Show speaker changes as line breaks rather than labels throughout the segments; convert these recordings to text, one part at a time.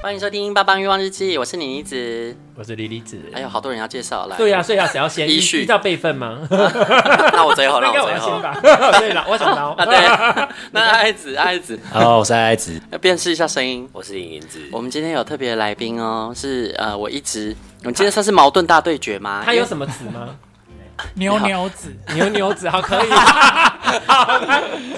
欢迎收听《爸爸欲望日记》，我是妮妮子。
我是李李子。
还有好多人要介绍来，
对呀、啊所以要谁要先
依
依
序
依照辈分吗？
那我最后，那
应该
我
我
最
要
后
先。吧。对了，我 想
啊，
刀。
对，那爱子，爱子，
Hello，我是爱子，
要辨识一下声音。
我是尹银子。
我们今天有特别来宾哦，是呃，我一直，我们今天算是矛盾大对决吗？
他有
么？
什么子吗？
牛牛 子，
牛牛子，好可以。好，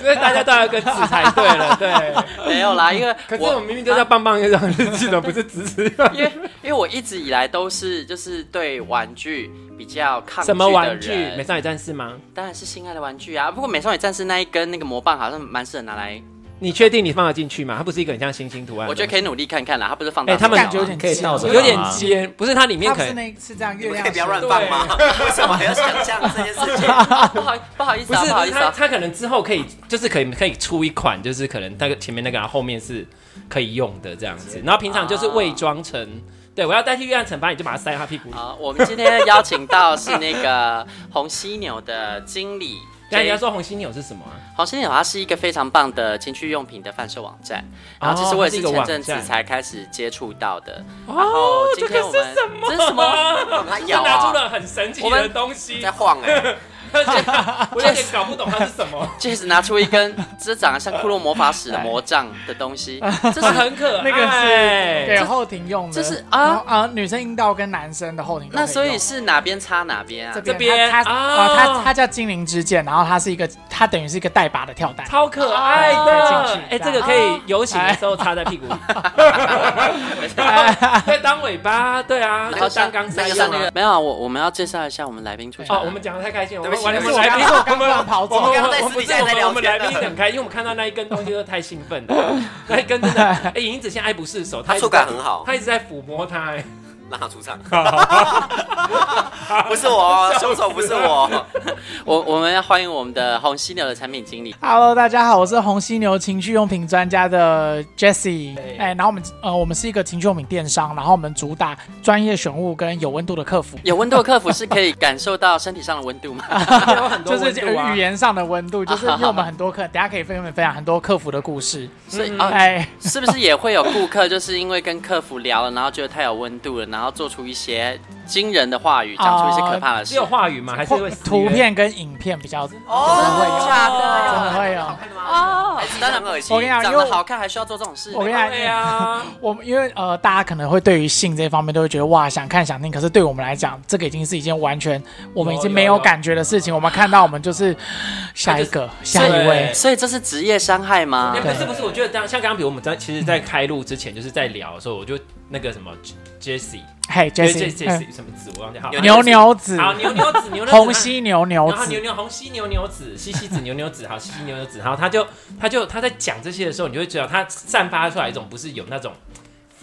所以大家都要有个子才对 了，对。
没有啦，因为
可是我们明明就叫棒棒日日记的，不是子子。
因为因为我一直以来都是就是对玩具比较抗拒
什么玩具
的？人
美少女战士吗？
当然是心爱的玩具啊。不过美少女战士那一根那个魔棒好像蛮适合拿来，
你确定你放得进去吗？它不是一个很像星星图案的吗？
我觉得可以努力看看啦。它不是放大
哎，他们
感觉有点
可以
尖
倒着
有点尖，不是它里面
他不
可
是
能
那是这样
你
月
们
亮
可以
形，
不要乱放吗？为什么还要想象这件事情？不好不好意思
不
啊，
是
不好意思
它
啊。
它可能之后可以就是可以可以出一款，就是可能那个前面那个，然后后面是可以用的这样子。然后平常就是伪装成，对我要代替月亮惩罚，你就把它塞到他屁股里。
好，我们今天邀请到是那个红犀牛的经理。
那你要说红犀牛是什么啊？
好，现在有它是一个非常棒的情趣用品的贩售网站，然
哦
后其实我也是前阵子才开始接触到的。然
啊哦
后今天我们这是什么？
他
他
咬
拿出
啊，
了很神奇
我
的
们
东西
在，晃哎、
而且我有点搞不懂它是 什么，
就是拿出一根这长得像骷髅魔法使的魔杖的东西，这是
它很可爱。
那个是给后庭用的，
这是啊
啊啊，女生阴道跟男生的后庭都
那
可用，
所以是哪边插哪边啊？
这
边
它它
啊
啊，它它叫精灵之剑，然后它是一个，它等于是一个带把的跳蛋，
超可爱
哦
的
进，去
哎，这个可以游行的时候插在屁股里，然 后再当尾巴，对啊，然后当钢
那
塞
个
用
像
啊
那个没有啊，我我们要介绍一下我们来宾出场
哦，我们讲的太开心了，我
对不
们
起
完了，
对
我们
不起
来宾，我
刚
们
刚跑走
我们
刚刚在
我们
私
不
底
是
下
我
在
们
聊
我们来
天
宾
的
很开心，因为我们看到那一根东西都太兴奋了，那一根真的，哎，银子现在爱不释手，他
它触感很好
他一直在抚摸它，哎，
让他出场。不是我，凶手不是我。
我我们要欢迎我们的红犀牛的产品经理。
Hello，大家好，我是红犀牛情趣用品专家的 Jesse。
对
哎、然后我们呃，我们是一个情趣用品电商，然后我们主打专业选物跟有温度的客服，
有温度的客服是可以感受到身体上的温度吗？
有很多
就
温
是
度啊
语。言上的温度，就是
啊
因为我们很多客，等一下可以分享分享很多客服的故事。
所以啊，
哎、
是不是也会有顾客就是因为跟客服聊了，然后觉得太有温度了，然后做出一些惊人的话语，讲出一些可怕的
只
事
哦
有？话语吗？还是
或
会
图？片跟影片比较
哦
假的
真的会有。
看吗？当然恶心。
我跟你讲，
长
因为
得好看还需要做这种事？
我跟你讲
对啊，
我们因为呃，大家可能会对于性这方面都会觉得哇，想看想听，可是对我们来讲，这个已经是一件完全我们已经没有感觉的事情。我们看到，我们就是下一个，下一位
对。
所以这是职业伤害吗
哎，？不是不是，我觉得这样，像刚刚，比如我们在其实，在开录之前，就是在聊的时候，我就那个什么 Jesse，
嘿 j e s s e
Jesse 什么子，我忘记好
牛牛子，
好牛牛子牛牛子
红犀牛牛
然后
子
牛，牛红犀牛牛子西西子牛牛子，好西西牛牛子，然后他就他就他在讲这些的时候，你就会知道他散发出来一种不是有那种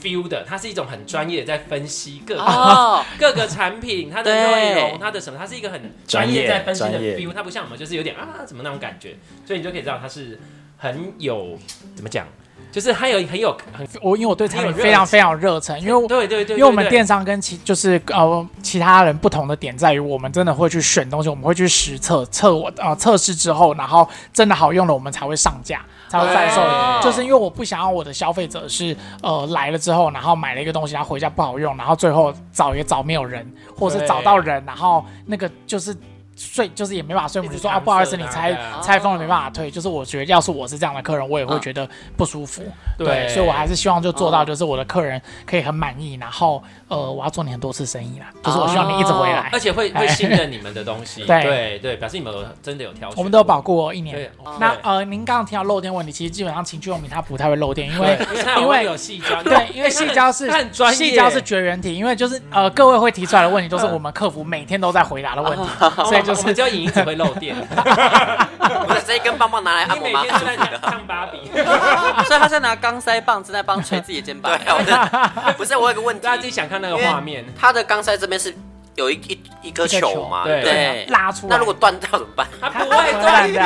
feel 的，它是一种很专业的在分析各个、
哦，
各个产品它的内容、它的什么，它是一个很专业在分析的
专业专
feel，它不像我们就是有点啊怎么那种感觉，所以你就可以知道它是很有怎么讲，就是它有很有很
我因为我对产品非常非常有热忱，因为我。
对对对对，
因为我们
对
电商跟其就是呃其他人不同的点在于，我们真的会去选东西，我们会去实测测我呃测试之后，然后真的好用了，我们才会上架，才会贩售
哦。
就是因为我不想要我的消费者是呃来了之后，然后买了一个东西，然后回家不好用，然后最后找也找没有人，或者是
对
找到人，然后那个就是睡就是也没办法睡，我们就说
一直
啊，不好意思，
搪
你
塞
拆
他
拆封了没办法退。就是我觉得，要是我是这样的客人，我也会
啊
嗯
觉得不舒服。
对
对，所以我还是希望就做到，
嗯
就是我的客人可以很满意，然后呃，我要做你很多次生意啦，就是我希望你一直回来
哦而。且会会信任你们的东西，
哎 对
对对，表示你们有真的有挑选过，
我们都有保固哦，一年
对。，
那
对
呃，您刚刚提到漏电问题，其实基本上情趣用品它不太会漏电，因为
对因为它有
因为
有细胶，
对，因为细胶 是
它很专业，
细胶是绝缘体，因为就是呃，各位会提出来的问题都是我们客服每天都在回答的问题，所以就
啊哦我们
是
只要影音只会漏电，
不是这一根棒棒拿来按
你
摩
每
蛮
天
舒
都在
服的。
唱芭比，
所以他在拿钢塞棒正在帮捶自己的肩膀
对，，我的不是我有个问
大啊家自己
题，
想看那个画面，
它的钢塞这边是有一一一颗球嘛？
对
不
对
拉出来。
那如果断掉怎么办？
它不会
啊
啊断掉，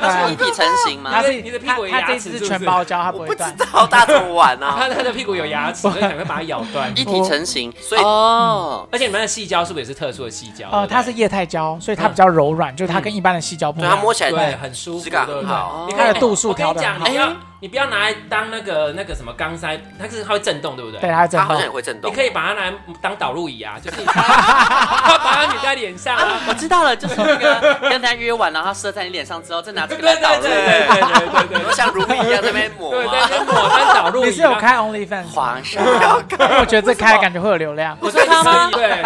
他是一体成型吗
它？呃是
你的屁股有
它它
牙
这
齿是不
次是
是
全包胶，它不
我
会
不知
断。
道大家怎么玩
它
啊。
它的屁股有牙齿，所以可能会把它咬断。
一体成型，
所以
哦，
而且你们的细胶是不是也是特殊的细胶？对
呃，
不对嗯
它是液态胶，所以它比较柔软，就是它跟一般的细胶不一
对，
样。
它摸起来
对，很舒服，
质感
对
很
不对
好。
哦
你
它
看
的度数调
我跟你
得很
讲，
好
你不要你不要拿来当那个那个什么钢塞，它是它会震动，对不对？
对，啊它是
它
震
好
动
像也。会震
你
动。
可 以把它拿来当导入椅啊，就是你把它拧在脸上啊。
我知道了，就是那个跟他约完，然后射在你脸上之后，再拿 这
对
个
对
来导
对
入。
对对对对对
然后像如意一样在那边
啊
抹
对，
嘛
在。那边抹当导 入椅啊。
你是有开 OnlyFans？吗
皇上，
我觉得这开感觉会有流量。
我说他吗？对，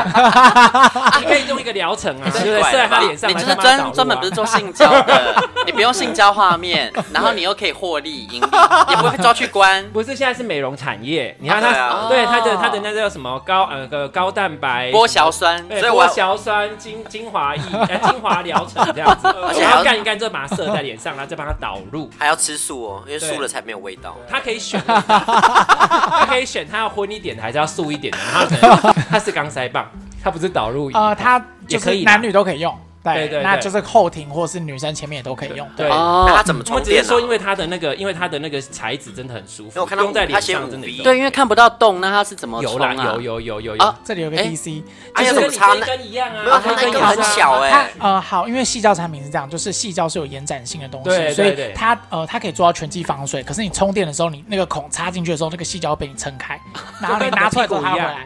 你可以用一个疗程啊，对不对？射在他脸上，
你就
然
是
后帮他导
专
入啊
专门不是做性交的，你不用性交画面，然后你又可以获利盈利，也不会被抓去 关。
不是现在是美容产业，你看
啊对
它，对它
啊
的它的那叫什么高呃个高蛋白
剥削酸，
对，
所以
波
我
硝酸精精华液、 呃精华疗程这样子，而
且
且
还
要
要
干一干之后把它射在脸上，然后再帮它导入。
还要吃素哦，因为
对
素了才没有味道。
他可以选，他可以选他要荤一点的还是要素一点的，然后可能他 是钢塞棒，他不是导入仪。
呃，它就
也可
是
以啦
男女都可以用，
对对
对
对
那就是后庭或是女生前面也都可以用。
对，
那它
哦，
怎么
我们
充
只是
电呢
说，因？为它的那个，因为它的那个材质真的很舒
因为
服，
我看到
用在脸
它写
上
五
真的
B
有
对，因为看不到洞，那它是怎么
有
冲
啦，
啊？
有有有有有
啊，
这里有个
哎
DC，
哎
就是
呀，怎么
跟你
差
这一
那？
根一样啊，
没有，
它
它
跟
那
你
个
一样
很小
它
哎。
呃好，因为细胶产品是这样，就是细胶是有延展性的东西，
对对
所
对
以它呃它可以做到全剂防水。可是你充电的时候，你那个孔插进去的时候，那个细胶被你 撑开，然后你拿出来之后它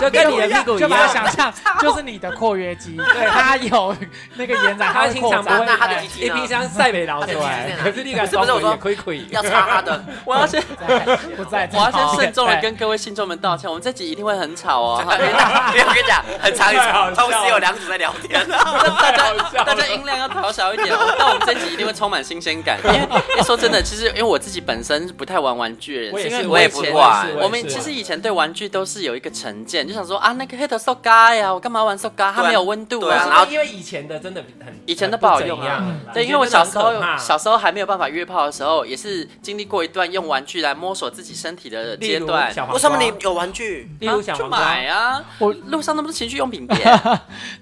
就跟你的屁股一样 就跟你的屁股
会回来。对，它其实跟你的
一
就把它
样。
想象就是你的括约 肌，对，它有那个延展，它
它
会
经
扩
常不
张
会，哎
那它的机器
一
呢
冰箱晒没捞出
它的机器在
来，
哪
哎可是你敢
不是不是我说
亏亏。
要啊擦它的，
我要先，
不在这
我
里。
要先慎重的
对
跟各位信众们道歉，我们这集一定会很吵 哦。
因为我跟你讲，很长一
太好笑了
次，同时有两组在聊天。
大
太好笑
家
了
大家音量要调小一 点，但我们这集一定会充满新鲜感。因为因为说真的，其实因为我自己本身不太玩玩具的人，
我也
是因
是，
为
我也
以
不
前
玩
也是
我们
也是
其实以前对玩具都是有一个成见，就想说啊，那个黑的塑胶呀，我干嘛玩塑胶？它
对啊
没有温度
对啊
啊。
然
然
后
后
因为以前的真的很，
以前的不好用啊
呃很不怎样
对，
以前
因为我
真的
小
很
时候
可怕
小时候还没有办法约炮的时候，也是经历过一段用玩具来摸索自己身体的
例
阶
如
段。
小黄瓜
为什么你有玩具？
例如
啊
小
去
黄瓜
买啊，
我
路上那不是情趣用品 店，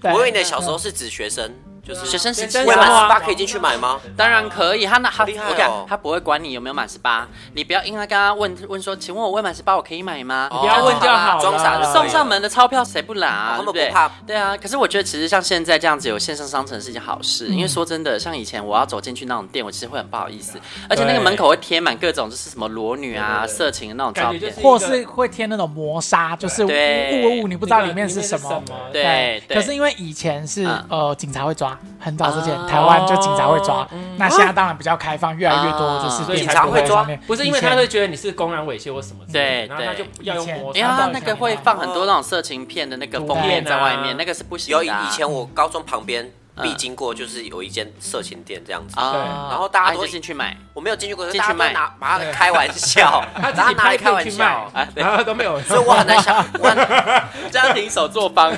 对
我以为你的小时候是指学生，就是
学生时期
学
未
生
满
嘛。
啊
十八可以进去买吗？
当然可以，他那他
好厉害哦
我讲他不会管你有没有满十八，你不要硬要跟他问问说，请问我未满十八我可以买吗？
哦
不要问就好了，
装傻就可以了
送上门的钞票谁不拿、
哦
啊？
他们
对对
不怕
对啊，可是我觉得其实像现在这样子有线上商城是一件好事，
嗯
因为说真的，像以前我要走进去那种店，我其实会很不好意思，而且那个
对
门口会贴满各种就是什么裸女啊、
对对对
色情的那种照
感觉就
片
是。
或是会贴那种磨砂，就是雾
对
雾，你
不
不知道里面是什么。
对对
可是因为以前是
嗯
呃警察会抓，很早之前
啊
台湾就警察会抓
嗯，
那现在当然比较开放，越来越多就是
啊
电子
警察
部位
会抓
上面
不是因为他
以前
会觉得你是公然猥亵或什么之类的，
对
然后他就要用摩
以
哎
因为
前
他
擦
哎那个会放很多那种色情片的那个封面在外面，那个是不行
啊有
的
以
啊、
以前我高中旁边
嗯
必经过，就是有一间色情店这样子。
啊，
对
然后大家
啊你
都
就进去买，
我没有进去过，可是
进去
大家
卖
都拿把它开玩笑，
他
然
自
后
己
拿来
拍
开
片
玩
去
笑，
卖，然后都没有人
所以我很难想， 我很
家庭手作坊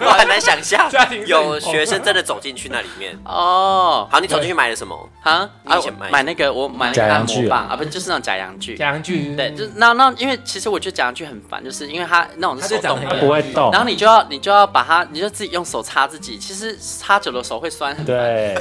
我很难想象
家庭
有学生真的走进去那里面。
哦。
好，你走进去买了什么？
啊，
你
啊
以前买
买那个我买那
假
个按
洋
摩
具啊
棒啊，不是就是那种假洋具，
假洋具
嗯对，就是那那，因为其实我觉得假洋具很烦，就是因为它那种
他
是手
就长
动
得
的，
很
不会动
然，后你就要你就要把它，你就自己用手擦自己，其实擦久了手会酸很。
对，啊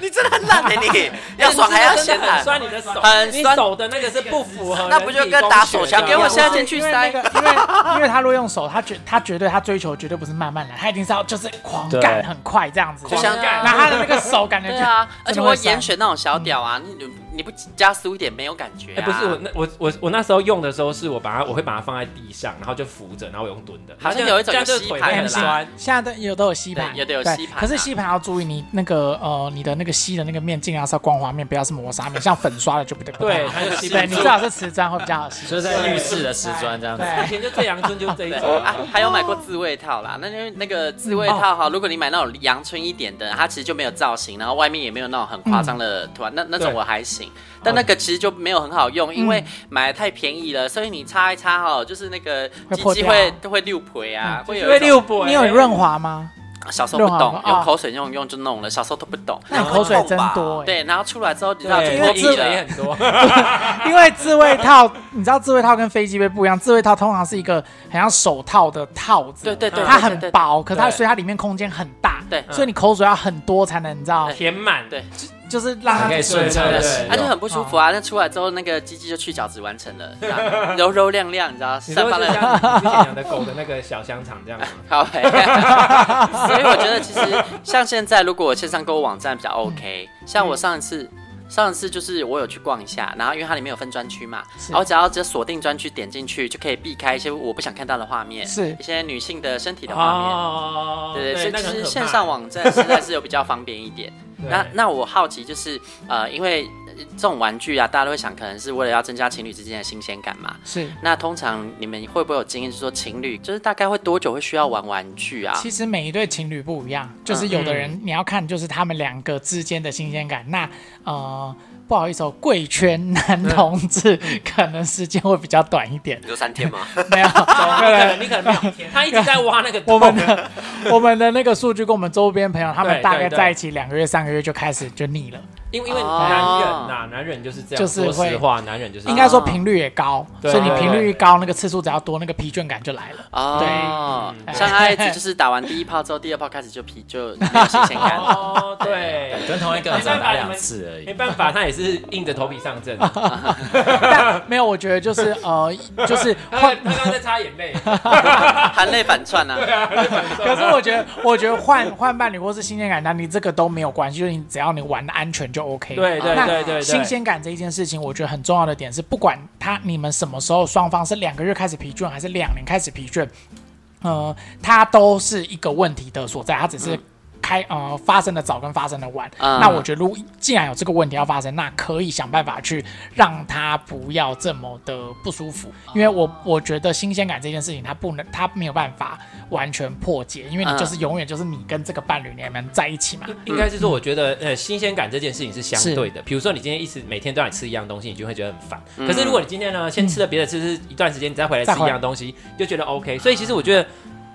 你真的很烂哎，你
欸
要爽还要嫌
很
懒。
啊酸你的手，
很
你
酸
手的那个是不符合人体工学的，
那不就跟打手枪
给我
因为
现在进去
因为
塞
那个，因为因为他如果用手，他绝他绝对他追求绝对不是慢慢来，他一定是要就是狂干
对
很快这样子，
就像
那他的那个手感觉
对
就
啊，而且
真的
我
会酸
严选那种小屌啊，你你你不加俗一点没有感觉、
哎、
啊
不是我那我我我那时候用的时候，是我把它我会把它放在地上，然后就扶着，然后我用蹲的，
好像
这样
有一种
这样就
吸
腿
盘
会
的啦
很酸。
现在都有都有吸盘，
对有的有
对
吸盘啊
可是吸盘要注意，你那个呃，你的那个吸的那个面尽量是要光滑面，不要是磨砂面，像粉刷的就不对。
对，
不太
它
好
就吸
对
不
你
住
最。好是瓷砖会比较好吸。
就是在浴室的瓷砖这样子。
以
对，
前就最阳春就这一
对
种啊
啊，还有买过自慰套啦，那就是那个自慰套哈，如果你买那种阳春一点的，它其实就没有造型，然后外面也没有那种很夸张的图案，那那种
对
我还行，但那个其实就没有很好用，因为买的太便宜了，所以你擦一擦哈，就是那个
会
机
破
器
掉
会会溜皮啊，会
因
有
为
一种
六博，
你有润滑吗？
小时候不懂
润，滑
用
哦
口水用用就弄了，小时候都不懂，
那你口水真多哎。
哦对，然后出来之后你知道就
对，
脱
我
皮
记得也
了，
很多。
因为自慰套，你知道自慰套跟飞机杯不一样，自慰套通常是一个很像手套的套子，
对对对，
它
对
很
对对
薄，可是它
对
所以它里面空间很大，
对
所以你口水要很多才能，你知道，
填满，
对
就是让它
才可以顺畅的使
啊，就
用。
很不舒服啊！那出来之后，那个鸡鸡就去角质完成了，这样柔柔亮亮，你知道，
你
散
说
发
就
了
像你之前养的狗的那个小香肠这 样吗？
好欸 所以我觉得其实像现在，如果我线上购物网站比较
嗯
OK，像我上一次。上一次就是我有去逛一下，然后因为它里面有分专区嘛，
是
然后我只要只要锁定专区点进去，就可以避开一些我不想看到的画面，
是
一些女性的身体的画面，
哦
对
对，
对，所以
那
其
个很
实
可
线
怕
上网站实在是有比较方便一 点。
对
那那我好奇就是，呃，因为呃这种玩具啊，大家都会想，可能是为了要增加情侣之间的新鲜感嘛。
是。
那通常你们会不会有经验，就是说情侣就是大概会多久会需要玩玩具啊？
其实每一对情侣不一样，
嗯
就是有的人你要看就是他们两个之间的新鲜感。那呃，不好意思哦，贵圈男同志 可能时间会比较短一点
你，说三天吗？
没 有。
你可能你可能没有 填，他一直在挖那个
我
洞。
们的我们的那个数据跟我们周边朋友，他们
对
大概
对对啊
在一起两个月、三个月就开始就腻了，
因为因为
哦
男人呐，男人就是这样，
就是
说
会
实话，男人就是
应该说频率也高，
对
所以你频
对
率
对
一高，那个次数只要多，那个疲倦感就来了。
哦，
嗯
对
像爱子就是打完第一炮之后，第二炮开始就皮就没有新鲜感了。
哦，对，
跟同一个人只能打两次而
没
已。
办法，他也是硬着头皮上阵。
啊但没有，我觉得就是呃， 就是
他
换
他刚刚在擦眼 泪，
含泪反串啊！
可是我觉得，我觉得换换伴侣或是新鲜感，那你这个都没有关系，就是你只要你玩的安全就 OK。
对对
那
对对对
新鲜感这一件事情，我觉得很重要的点是，不管他你们什么时候双方是两个月开始疲倦，还是两年开始疲倦，呃，它都是一个问题的所在，它只
嗯
是。开呃发生的早跟发生的晚，
啊
嗯
那我觉得如果既然有这个问题要发生，那可以想办法去让它不要这么的不舒服，因为我我觉得新鲜感这件事情，它不能它没有办法完全破解，因为你
嗯
就是永远就是你跟这个伴侣你们在一起嘛，
应该是说，我觉得呃，新鲜感这件事情是相对的。比如说，你今天一直每天都让你吃一样东西，你就会觉得很烦。可是如果你今天呢，先吃了别的，吃吃一段时间，你再回来吃
嗯再回
一
来
样东西，你就觉得 OK。所以其实我觉得。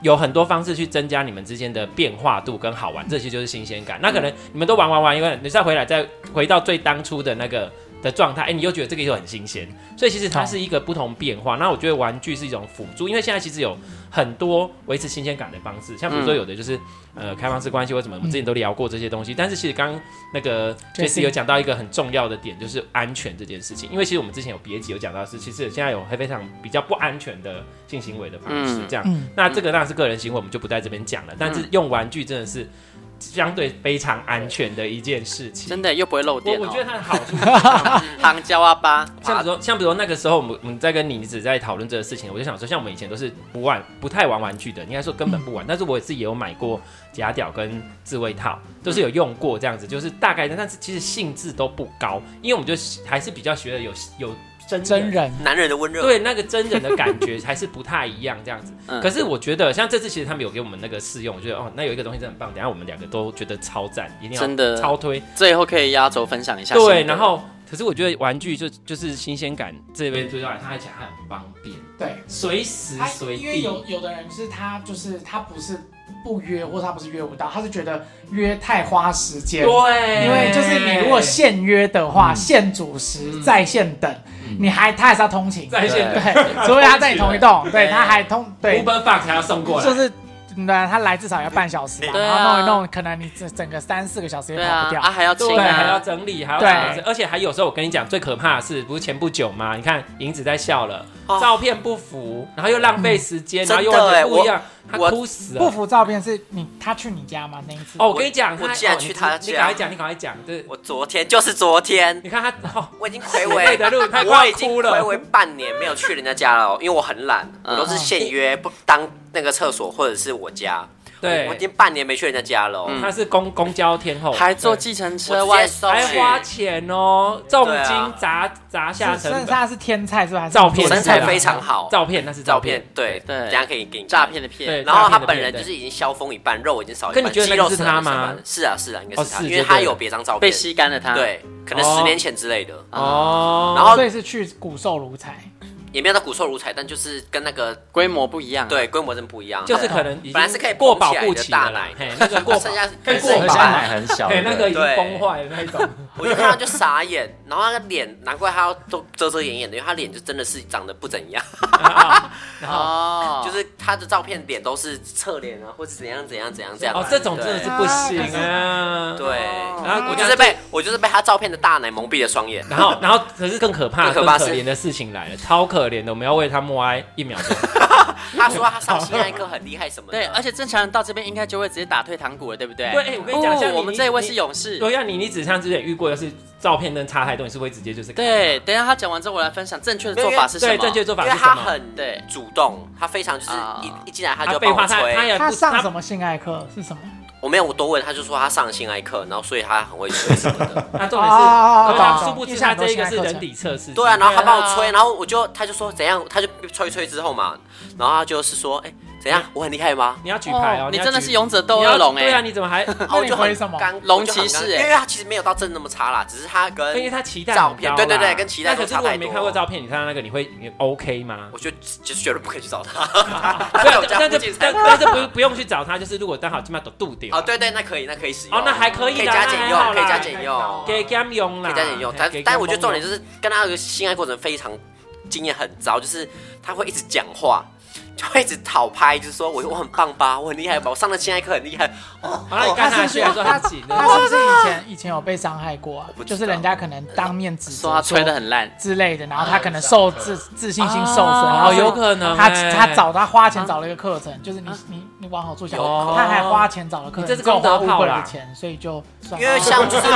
有很多方式去增加你们之间的变化度跟好玩，这些就是新鲜感。那可能你们都玩玩玩，因为你再回来再回到最当初的那个的状态，哎、你又觉得这个又很新鲜，所以其实它是一个不同变化。那我觉得玩具是一种辅助，因为现在其实有很多维持新鲜感的方式，像比如说
嗯
有的就是、呃开放式关系或什么，我们之前都聊过这些东西。但是其实刚刚那个
Jesse
j e 有讲到一个很重要的点，就是安全这件事情。因为其实我们之前有别集有讲到的是，其实现在有非常比较不安全的性行为的方式，
嗯
这样。
嗯
那这个当然是个人行为，我们就不在这边讲了。但是用玩具真的是相对非常安全的一件事情。
真的又不会漏
我
电
我觉得
哦。
它的好处
糖胶啊吧，
像比如说，像比如说那个时候我们我们在跟妮子在讨论这个事情，我就想说，像我们以前都是不玩、不太玩玩具的，应该说根本不玩。但是我自己也有买过假屌跟自慰套，都是有用过这样子，就是大概的，但是其实性质都不高，因为我们就还是比较学的有有真
真
人
人
男人的温热，
对那个真人的感觉还是不太一样这样子。
嗯
可是我觉得像这次其实他们有给我们那个试用，我觉得哦，那有一个东西真的很棒，等一下我们两个都觉得超赞，一定要
真的
超推。
最后可以压轴分享一下心得。
对，然后可是我觉得玩具就就是新鲜感这边最重要，它而且还很方便，
对。
随时
他
随
因为有
地。
有的人是他就是他不是不约，或者他不是约不到，他是觉得约太花时间。
对嗯
因为就是你如果现约的话，现主食在线等，你还他还是要通勤，
在线
对，除非他在你同一栋，
对
对，他还通对，
Uber Box 还要送过来，
就是对啊，他来至少要半小时吧，
对啊
然后弄一弄，可能你整整个三四个小时也
对
跑
啊
不掉。
啊还要
对，
清
还要
啊，
整理，还要
对
打字而且还有时候我跟你讲，最可怕的是，不是前不久吗？你看银子在笑了，照片不符，然后又浪费时间，然后又
真的
完
欸
全不一样，他
我
哭死了。
不服照片是你他去你家吗？那一次
哦，我跟你讲，
我
他
竟然
哦
去
你
他
你
家
赶快讲，你赶快讲，对，
我昨天就是昨天，
你看他哦，
我已 经回
对
违
的路，他
我
快
已
要
经
哭
回
了。
违半年没有去人家家了哦，因为我很懒，我
嗯
都是现约不当那个厕所或者是我家。
对
我已经半年没去人家家了哦。
嗯
他是公公交天后，
还坐计程车
我直接
外送
还
欸，
花钱哦，重
对
金
啊
砸砸下
是
成
是
本，
他是天菜是吧？还是
照片
身
是
材
啊
非常好，
照片那是
照
照片
片。对
对
等一下可以给你看
诈。骗的骗，
对
然后
诈
他
骗的
本人
片
就是已经消风一半，肉已经少一半，
可你觉得那
肌
个
肉
是
剩
他
了剩
吗
半是啊，是啊，应该
哦
是他，
是
因
就
为他
对
有
了
别张照
被
片，
吸干了他，
对，可能
哦
十年前之类的，
哦，
然后
所以是去骨瘦如柴，
也没有到骨瘦如柴，但就是跟那个
规模不一样，，啊
对规模真不一样，
就是可能已经
本来是可以
过
绷
保
起来
不
的
齐
大
的啦
奶
嘿，那个过
剩下
可以
可
过
剩
而
保
且
下
奶很小的，
哎对，那个已经
对
崩坏的那一 种。
我就看到就傻眼， 然后他的脸，难怪他要都遮遮掩掩的，因为他脸就真的是长得不怎样，
然后
哦，
就是他的照片脸都是侧脸啊，或者怎样怎样怎样这样啊。
哦，这种真的是不行啊。
对，对
然后
我
我
就是被我就是被他照片的大奶蒙蔽了双眼。
然后，然后，可是更可怕、
更
更
可
可
怕是
怜的事情来了，超可怜的，我们要为他默哀一 秒钟。
他说他上心那一刻很厉害什 么的，
对，而且正常人到这边应该就会直接打退堂鼓了，对不对？
对哎我跟你讲
不
像你
我们这一位
你
是勇士。
对呀，你你纸上之前遇过，要是照片跟差太多，你是会直接就是
对，等一下他讲完之后，我来分享正确的做法是什么。
对正确做法
因为
是
他
什么？
很
对
主动，他非常就是
啊
一一进来他
他
就
废
帮
话，
我
他他
吹，
也
他
哎不
上
他
什么性爱课是什么？
我没有我多问，他就说他上性爱课，然后所以他很会吹什 么的。
他重点是，
哦哦哦
对啊
懂
殊不知
印
他
象很多
这一个
现
是
在课
人
程
体测试。
对啊，然后他帮我
啊
吹，然后我就他就说怎样，他就吹吹之后嘛，然后他就是说，哎、怎样，我很厉害吗？
你要举牌哦，
你
要
真的
举
是勇者斗
你要
恶龙
对啊，
哎！
你怎 么还？
然后
那
我
你
就很
回什么
尴，
龙
我就很
骑士
尴尬
欸
因为他其实没有到真的那么差啦，只是他跟
因为他期待很
照片，
高
对对
啦
对，跟期待
那
都
可是
差
如果
太
你
多。
没看过照片，你看到那个你会你 OK 吗？
我就就是绝对不可以去 找他，
对啊
在我家
但
附
是
近才
但但是不不用去找他，就是如果刚好今晚都度掉
哦，，对对，那可以，那可以使用，
哦那还可以啦
可以加减
那还好
用，可
啦
以加减用，
给 gam 用啦，
可以加减用。
给
但
gam
但我觉得重点
用
就是跟他的性爱过程非常经验很糟，就是他会一直讲话。就会一直讨拍，就是说我我很棒吧，我很厉害吧，我上了性爱课很厉害，哦
好了，你干
他
他
是
去啊，说
他
他紧的，
他是不是以前以前有被伤害过啊
我？不知
就
道
是人家可能当面指责
说他吹的很烂，
之类的，然后
哎
他可能受自自信心受损，然后
哦有可能
他
欸
他找他花钱找了一个课程，就是你你你往好处想，
有可能
他还花钱找了课程，
你这是
只有
功德
花
炮
Uber
啦
的钱，所以就算了
因为像就是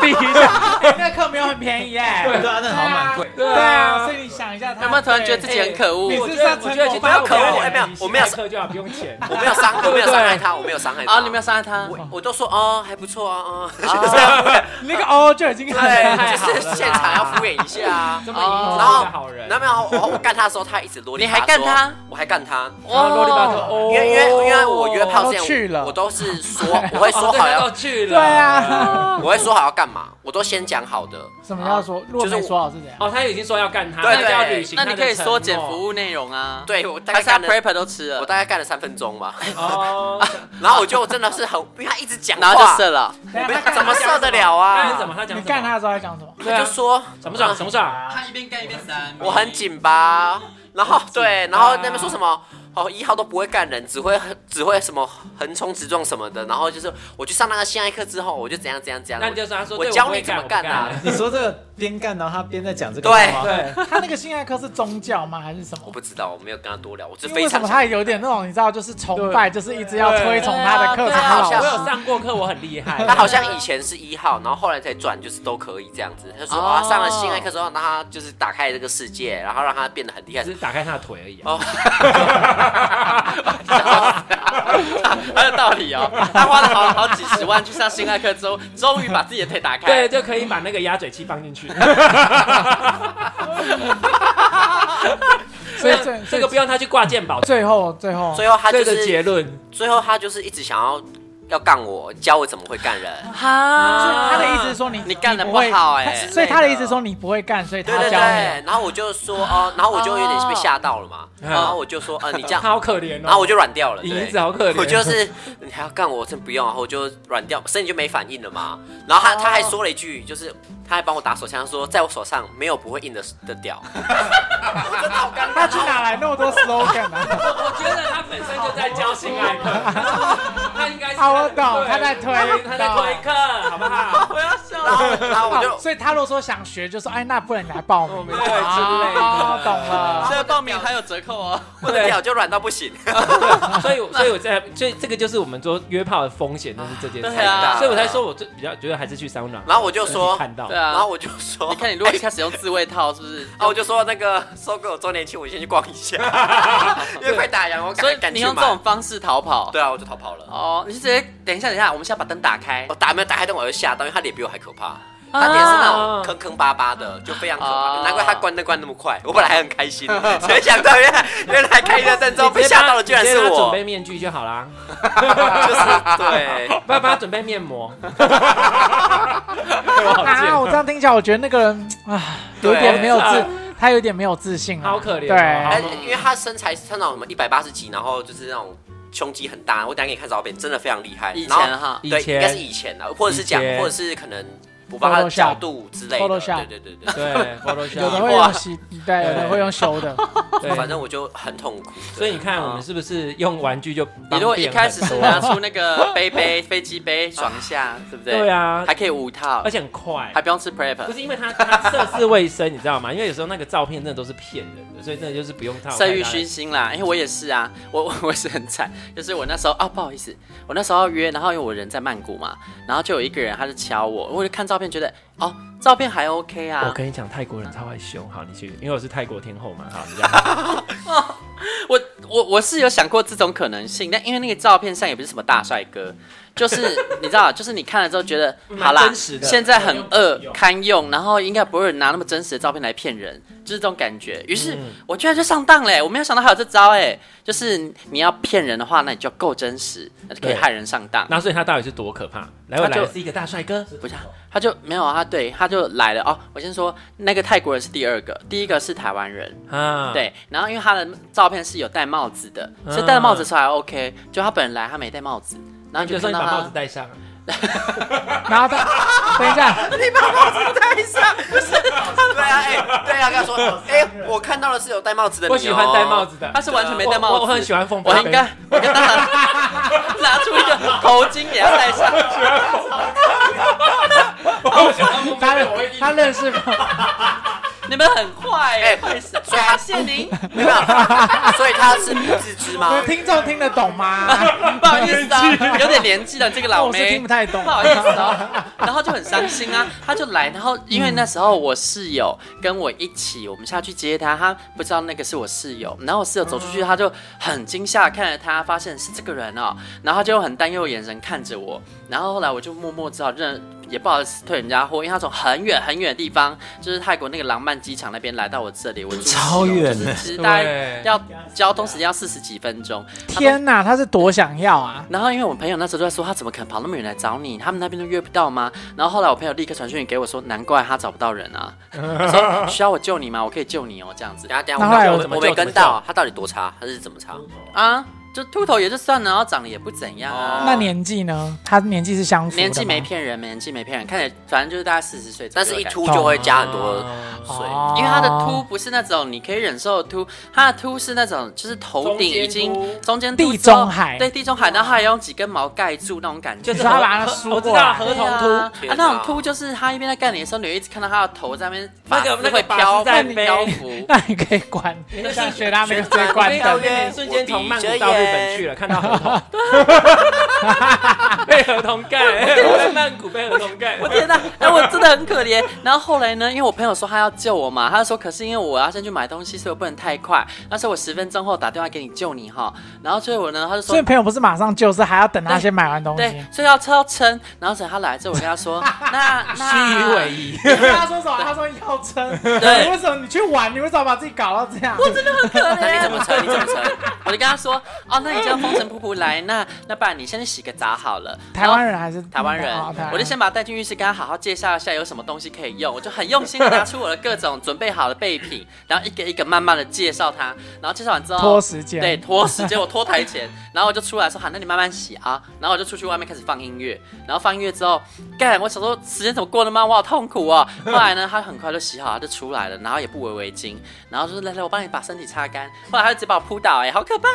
必须的，哎那课没有很便宜哎，
对啊，那好蛮贵。
对
对啊，
啊
所。以你想一下，他
有没有突然觉得自己很可恶
对
我
你
觉
是
得
上
我
成
觉得
果
去打
班
可恶
我
哎没有我没有上
课就好，不用钱。
我没有伤，我没有伤害他，我没有伤害他。
哦
啊，你没有伤害他，
我我都说哦，还不错啊，啊，
那个哦就已经很
对，
好了啦
就是现场要敷衍一下啊。
这么一
然后
个好人，
然后没有，我我干他的时候，他一直啰里吧嗦
你还干他？
我还干他，
然后啰里吧嗦，
哦
哦
因为因为因为我约炮之
都
前
去，了
我都是 说我会说
哦对他
好
都
要，
去了，
对啊，
我会说好要干嘛，我都先讲好的。
什么叫说，如果
就是我
没说好是怎样？
哦，他已经说要干他，
对
那就要
对
履行
那
他
你
的承诺。
可以缩减服务内容啊。，
对我大
还
概
是他
干了，
prepper 都吃
我
了，
大概干了三分钟吧。
哦，
然后我觉得我真的是很，因为他一直讲
然
话，
后就射了。
等一下
我怎么
他
受得了
那
啊
是？怎么？他讲
你
什么
干他的时候他讲什么？
对
他
啊
就说嗯
什么爽？什么爽？
他一边干一边扇
我很紧吧，然后对，然后那边说什么哦，一号都不会干人，只会只会什么横冲直撞什么的，然后就是我去上那个性爱课之后，我就怎样怎样怎样，
那你就说他说
我
对
教
不会
你怎么
我不
干
干
啊
了
你说这个边干，然后他边在讲这个
对
话吗，
对，
他那个性爱课是宗教吗？还是什么
我？不知道，我没有跟他多聊，我是
因为
非
为什
常
么他有点那种你知道，就是崇拜，就是一直要推崇他的课
对
程
啊
他
对
老
啊
我
师。
有上过课，我很厉害。
他好像以前是一号，然后后来才转，就是都可以这样子。他说
哦
啊，上了性爱课之后，让他就是打开这个世界，然后让他变得很 厉害
只。是打开他的腿而已啊。
哦，
很有道理哦。他花了好好几十万去上性爱课之后，终于把自己的腿打开。
对，，就可以把那个鸭嘴器放进 去。
所以最
啊这个不用他去挂鉴宝。
最后最后，
最后他就
这个结
是，
论，
最后他就是一直想要要干我，教我怎么会干人。
所以
啊
啊
哈，
他的意思是说你
你干得
不
不
会
好哎。
所以他的意思是说你不会干，所以
对
他
对
教
对
你。，
然后我就说哦，然后我就有点被吓到了嘛，然后我就说呃你这
他
样，
好可怜哦。
然后我就软掉了，对
银子好可怜
我就是你还要干我，我真不用，然后我就软掉，身体就没反应了嘛。然后他他还说了一句，就是他还帮我打手枪，说在我手上没有不会硬的的屌，我真的好尴
他去
尬。
哪来那么多 slogan 啊？
我觉得他本身就在教性爱 课，他应该是
啊我懂
对
他在推
他在推课，好不好？
我要笑
然后然后我就
哦所以他如果说想学，就说哎，那不然你来报名
对之类的
啊 懂了。
现在报名还有折扣哦。
我的屌就软到不行，
所以，所以我在，所以这个就是我们说约炮的风险，就是这件事。
对啊
所以我才说，我最比较觉得还是去桑拿。
然后我就
自己
说，
看到
对，啊，
然后我就说，
你看你如果一
哎
开始用自慰套，是不是？
然后我就说那个收给我周年庆，我先去逛一下，因为快打烊，我
所以
赶赶
你
去
用这种
买。
方式逃跑。
对啊，我就逃跑了。
哦，你就直接等一下，等一下，我们先把灯打开
哦我。打没有打开灯，我就吓到，因为他脸比我还可
哦
怕。他脸是那种坑坑巴巴的，就非常可怕
哦
啊。
难怪他关灯关那么快，我本来还很开心， 谁想到原来原来开一个灯之后
你直
被
接
吓
帮
到的居然
你直
是
接帮他
我
准，备面具就好 啦，
就是对。
不要帮他准备面膜。 对我好
啊，
贱，
我这样听起来，我觉得那个人啊，有
对
点没有自，他有点没有自信啊，
好可怜哦
哎
对，
好
因为他身材是那种什么一百八十几，然后就是那种胸肌很大，我等一下给你看照片，真的非常厉害。
以
然后
前哈
以
对，
前
应该是以前的，或者是讲
以，前
或者是可能我把他的
Photoshop
角度之类的。
Photoshop
对对对对
对，
有的
Photoshop
会用洗，对，有的会用修的，
对，反
对。
正我就很痛苦。对
所以你看，我们是不是用玩具就？
你如果一开始是拿出那个杯杯、飞机杯爽一下，对不对？
对啊
还可以五套
而，且很快
还，不用吃 prep
不。是因为它它涉世未深，你知道吗？因为有时候那个照片真的都是骗人的，所以真的就是不用套。
色欲熏心啦，因为我也是啊，我 我我也是很惨，就是我那时候啊，不好意思，我那时候要约，然后因为我人在曼谷嘛，然后就有一个人他就敲我，我就看照片觉得哦，照片还 OK 啊，
我跟你讲，泰国人超爱凶。好，你去，因为我是泰国天后嘛。好，你这样。
我我我是有想过这种可能性，但因为那个照片上也不是什么大帅哥，就是你知道，就是你看了之后觉得
蛮
好啦
真实，的
现在很饿
用
堪用，然后应该不会有人拿那么真实的照片来骗人，就是这种感觉。于是
嗯
我居然就上当嘞，我没有想到还有这招哎，就是你要骗人的话，那你就够真实，那就可以
对
害人上当。
那所以他到底是多可怕？来，我
他就
来是一个大帅哥，
不是啊，他就没有啊，他对他就来了哦。我先说那个泰国人是第二个，第一个是台湾人，
啊，，
对，然后因为他的照片是有戴帽子的，
嗯
所以戴了帽子的时候还 OK，就他本人来他没戴帽子，然后
就
就
说
看
你
到
把帽子
他，
戴上，啊
然后他， 等一下，
戴 上，不是？对啊，哎，对啊，跟他说，哎，我看到的是有戴帽子的你哦，
我喜欢戴帽子的，
他是完全没戴帽子，
我我很喜欢凤飞
我
飞，
应该我跟他 拿出一个头巾给他戴上，
他认他认识
你们很坏哎，
哎
坏死了，感谢 您，
没有，所以他是不自知吗？
听众听得懂吗？
啊 不好意思 啊，有点年纪了，这个老
我是
妹
听不。太懂
不。好意思哦， 然后就很伤心啊，他就来，然后因为那时候我室友跟我一起，我们下去接他，他不知道那个是我室友，然后我室友走出去，他就很惊吓看着他，发现是这个人哦，然后他就用很担忧的眼神看着我，然后后来我就默默知道，认也不好意思退人家货，因为他从很远很远的地方，就是泰国那个廊曼机场那边来到我这里，我住
超远
就是
呢
其实大概
对，
要交通时间要四十几分钟，他都
天哪，他是多想要啊！
然后因为我朋友那时候就在说，他怎么可能跑那么远来找你？他们那边都约不到吗？然后后来我朋友立刻传讯息给我说，难怪他找不到人啊。 他说需要我救你吗？我可以救你哦，这样子
等一下等一
那后来
下，
有
我
怎么
没我
救
没
怎么
跟到，他到底多差？他是怎么差？
啊，就秃头也就算了，然后长得也不怎样啊。
那年纪呢？他年纪是相符的吗
年纪没骗人，年纪没骗人，看起来反正就是大概四十岁左
但
右的感觉，
是一秃就会加很多水。
哦
因为它的秃不是那种你可以忍受的秃，它的秃是那种就是头顶已经中间秃
地
之后
中海
对地中海，然后还用几根毛盖住那种感觉，
就
就是是
他
他
把
把
它
它
梳
梳
过
过
来
来，。
合同
对啊
天
啊，那种
哪
秃就是他一边在干你的时候，你会一直看到他的头在那边，
那个
发丝
那个
会
发丝
飘
在
会
飞
漂浮
那你可以关，就是学他那个最关
到
灯。
那瞬间从曼谷到日本去了，看到合同， 被合同盖，我在曼谷被合同盖，
我天哪，哎，我真的很可怜。然后后来呢，因为我朋友说他要救我嘛，他就说可是因为我要先去买东西，所以我不能太快。那时候我十分钟后打电话给你救你哈，然后最后我呢，他就说
所以朋友不是马上就是还要等他先买完东
对
西。，
所以要超撑。然后等他来之后，我跟他说， 那
虚与
那
委蛇。
他说什么？他说要撑。
对
你为什么你去玩？你为什么把自己搞到这样？我真的
可
那你
怜
怎么撑？你怎么撑？
我就跟他说，哦，那你就要风尘仆仆来，那那不然你先去洗个澡好了。
台湾人还是
台湾人
哦台，
我就先把他带进浴室，跟他好好介绍一下有什么东西可以用。我就很用心的拿出我的各种准备好的备品，然后一个一个慢慢的介绍他。然后介绍完之后，
拖时间
对，拖时间，我拖台前，然后我就出来说：“好，那你慢慢洗啊。”然后我就出去外面开始放音乐，然后放音乐之后，干，我想说时间怎么过得慢，我好痛苦啊。后来呢，他很快就洗好，他就出来了，然后也不围围巾，然后就说：“来来，我帮你把身体擦干。”后来他就直接把我扑倒、哎，好可怕！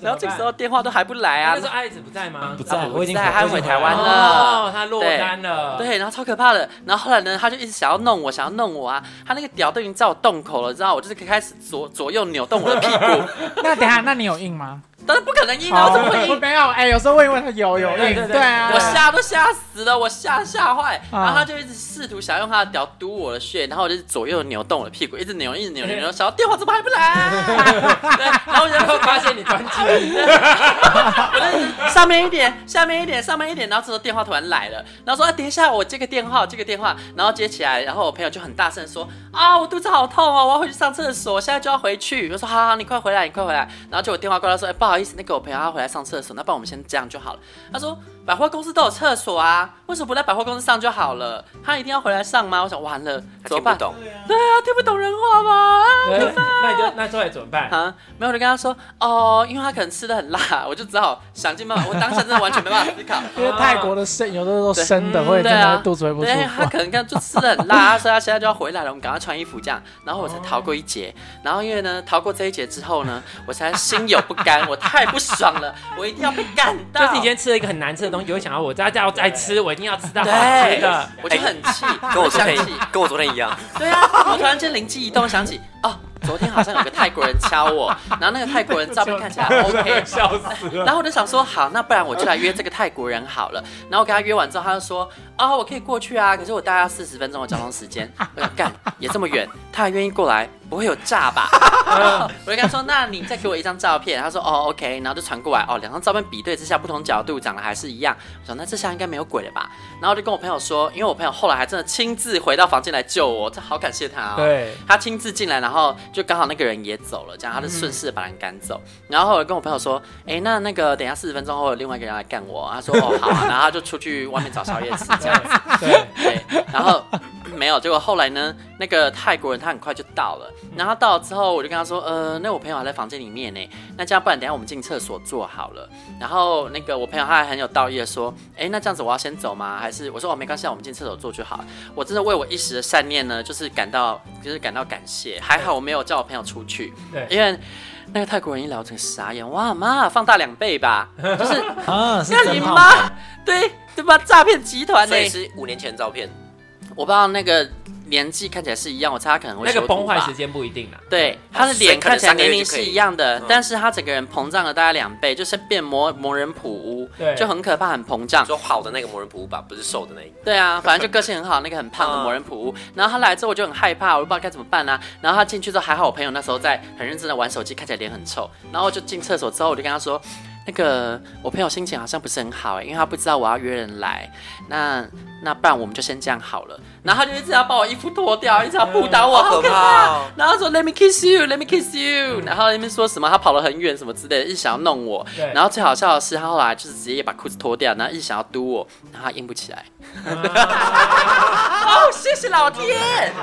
然后这个时候电话都还不来啊
那时，候爱子不在吗？
不在，
啊
我已经
不在他
我已经
回台湾了
哦，他落单了。，
对，然后超可怕的。然后后来呢，他就一直想要弄我，想要弄我啊。他那个屌都已经在我洞口了，知道我就是开始左左右扭动我的屁 股，
那等一下，那你有印 吗？
但是不可能硬啊，我怎么会
我
硬？
没有，哎，有时候问一问他有有
对
印，
对对
对啊，
我吓都吓死了，我吓吓坏。然
啊
后他就一直试图想用他的屌嘟我的穴，然后我就是左右扭动我的屁股，一直扭，一直扭，一直 扭，想要电话怎么还不来？对，然后我就
然后发现你专 辑，
上面一点，下面一点，上面一点，然后这时候电话突然来了，然后说、啊、等一下，我接个电话，接个电话，然后接起来，然后我朋友就很大声说啊，我肚子好痛哦，我要回去上厕所，我现在就要回去。我说好好，你快回来，你快回来。然后就我电话挂掉说，哎、不好意思，那个我朋友他回来上厕所，哎那帮我们先这样就好了。他说百货公司都有厕所啊，为什么不在百货公司上就好了？他一定要回来上吗？我想完了，
他
怎么
听不
办？
懂，
对啊，听不懂人话吗？ 啊
对那你就那后来怎么办？
啊，没有，我就跟他说，哦，因为他可能吃的很辣， 我就只好想尽办 法，我当下真的完全没办法思考。
因为泰国的生有的都生的会
对
真
啊
的肚子会不舒
对，他
服。
可能刚就吃的很 辣，所以他现在就要回来了，我们赶快穿衣服这样，然后我才逃过一劫。然后因为呢，逃过这一劫之后呢，我才心有不 甘，我太不爽了，我一定要被干到。
就是你今天吃了一个很难吃的东西，就会想到我再再再吃，我一定要吃到好吃
对
的。，哎
我就很气，
跟我昨
想
天
起，
跟我昨天一样，
对啊，我突然间灵机一动想起，哦，昨天好像有个泰国人敲我，然后那个泰国人照片 看起来 OK，
笑死了！
然后我就想说，好，那不然我就来约这个泰国人好了。然后我跟他约完之后，他就说，啊、我可以过去啊，可是我大概要四十分钟的交通时间。我想干也这么远，他还愿意过来，不会有诈吧？然后 我就跟他说，那你再给我一张照片。他说，哦，OK，然后就传过来，哦，两张照片比对之下，不同角度长得还是一样。我想那这下应该没有鬼了吧？然后我就跟我朋友说，因为我朋友后来还真的亲自回到房间来救我，这好感谢他哦。
对，
他亲自进来，然后就刚好那个人也走了，这样他就顺势把人赶走。然后我跟我朋友说，哎、那那个等一下四十分钟后有另外一个人来干我，他说哦好、啊，然后他就出去外面找宵夜吃这样子。
对，
对，然后没有，结果后来呢，那个泰国人他很快就到了，然后到了之后，我就跟他说，呃，那我朋友还在房间里面呢，那这样不然等一下我们进厕所坐好了。然后那个我朋友他还很有道义的说，哎，那这样子我要先走吗？还是我说哦没关系啊，我们进厕所坐就好了。我真的为我一时的善念呢，就是感到就是感到感谢，还好我没有叫我朋友出去，
对
因为。那个泰国人一来，我整个傻眼，哇妈，放大两倍吧，就是
啊，是
那
真
你
好
妈，对对吧？诈骗集团呢、
所以是五年前的照片，
我不知道那个年纪看起来是一样，我猜他可能会
那个
修图
崩坏
吧
时。间不一定啦。啊
哦
对，他的脸看起来年龄是一样的
可能三个月就可以，嗯
但是他整个人膨胀了大概两倍，就是变魔魔人普乌
对，
就很可怕，很膨胀。
说好的那个魔人普吧，不是瘦的那一个。
对啊，反正就个性很好，那个很胖的魔人普乌。然后他来之后我就很害怕，我不知道该怎么办啊。然后他进去之后还好，我朋友那时候在很认真的玩手机，看起来脸很臭。然后我就进厕所之后，我就跟他说。那个我朋友心情好像不是很好哎、因为他不知道我要约人来，那那不然我们就先这样好了。然后他就一直要把我衣服脱掉，一直要扑倒我，嗯好可怕！嗯
哦！
然后说 Let me kiss you, Let me kiss you，然后在那边说什么他跑了很远什么之类的，一直想要弄我
对。
然后最好笑的是，他后来就是直接也把裤子脱掉，然后一直想要嘟我，然后他硬不起来。哦，谢谢老天。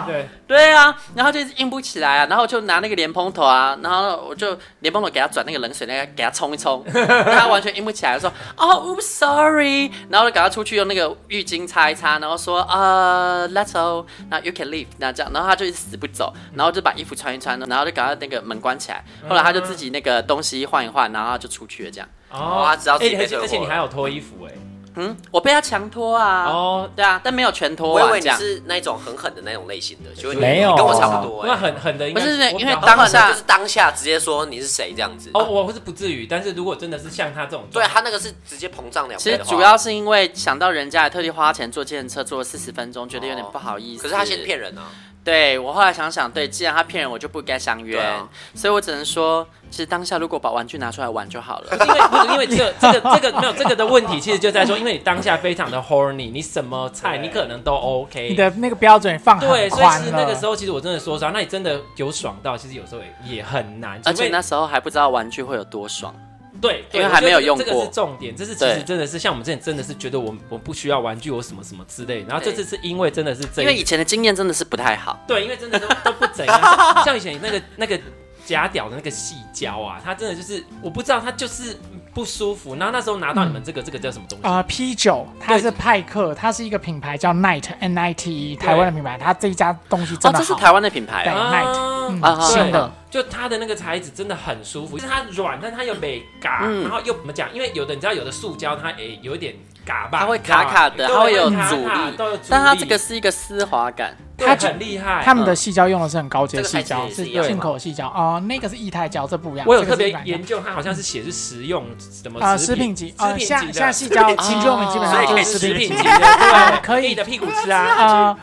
对，
对啊，然后就一直硬不起来啊，然后就拿那个莲蓬头啊，然后我就莲蓬头给他转那个冷水，那个给他冲一 冲，但他完全硬不起来，说哦，oops sorry，然后就赶快出去用那个浴巾擦一擦，然后说呃、let's go，那 you can leave，那这样，然后他就一直死不走，然后就把衣服穿一穿，然后就赶快那个门关起来，后来他就自己那个东西换一换，然后他就出去了这样。
哦
他知道自己
哎
被
而且
惹火
而且你
了
还有脱衣服哎。
嗯，我被他强拖啊，
哦，
对啊，但没有全拖
我以
完
为
这
你
样。
是那种很狠的那种类型的，就
没有
跟我差不多、
那
欸。
很狠的应该，
不是
我比
因为
较
当
狠啊的
下
就是当下直接说你是谁这样子。
哦，我是不至于，但是如果真的是像他这种
对
状
啊
态，
他那个是直接膨胀两
其
倍
实
的话
主，要是因为想到人家还特地花钱坐计程车，坐了四十分钟，觉得有点不好意思。
可是他先。骗人啊，
对我后来想想，对，既然他骗人，我就不该相约，
对啊
所以我只能说，其实当下如果把玩具拿出来玩就好 了。
因为不是因为这这个这个没有这个的问题，其实就在说，因为你当下非常的 horny，你什么菜你可能都 OK。
你的那个标准放很
对，所以
宽
其实
了。
那个时候，其实我真的说实话，那你真的有爽到，其实有时候也也很难，
而
除非
且那时候还不知道玩具会有多爽，
对，
因
对
为
我
还
觉
没
得
有
这
用
这个
过
是重点。这是其实
对
真的是像我们之前真的是觉得我我不需要玩具，我什么什么之类的。然后这
对
次是因为真的是这一，
因为以前的经验真的是不太好。
对，因为真的 都都不怎样。像以前那个那个假屌的那个细胶啊，它真的就是我不知道，它就是不舒服。然后那时候拿到你
嗯
们这个、这个叫什么东西？
呃，P 九它
对
是派克，它是一个品牌叫 Night N I T E 台湾的品牌，它这一家东西
哦
真，的
这是
好。
台湾的品牌
对
哦，
啊
嗯
啊啊
新的，
就它的那个材质真的很舒服，就是它软，但它又没嘎，
嗯
然后又怎么讲？因为有的你知道，有的塑胶它也有一点嘎吧，
它会
你知道吗
卡卡的
对
它会有
卡卡
阻力
都有阻力
但它这个是一个丝滑感，
对
它只
很厉害。
他们的细胶用的是很高阶的
这个
细
材质
胶，
也
是
是一样
进
吗
口的细胶哦，那个是液态胶，这不一样。
我有
这个
特
是
别
软胶
研究，它好像是写是食用什么
啊，
食
食
品
品级
食
啊，
品
像
级的
像细
级
胶，其实我们基本
所
上
以
就
可以
食
是啊食品
品
级啊
级的，对
可以
你的屁股吃啊。
啊，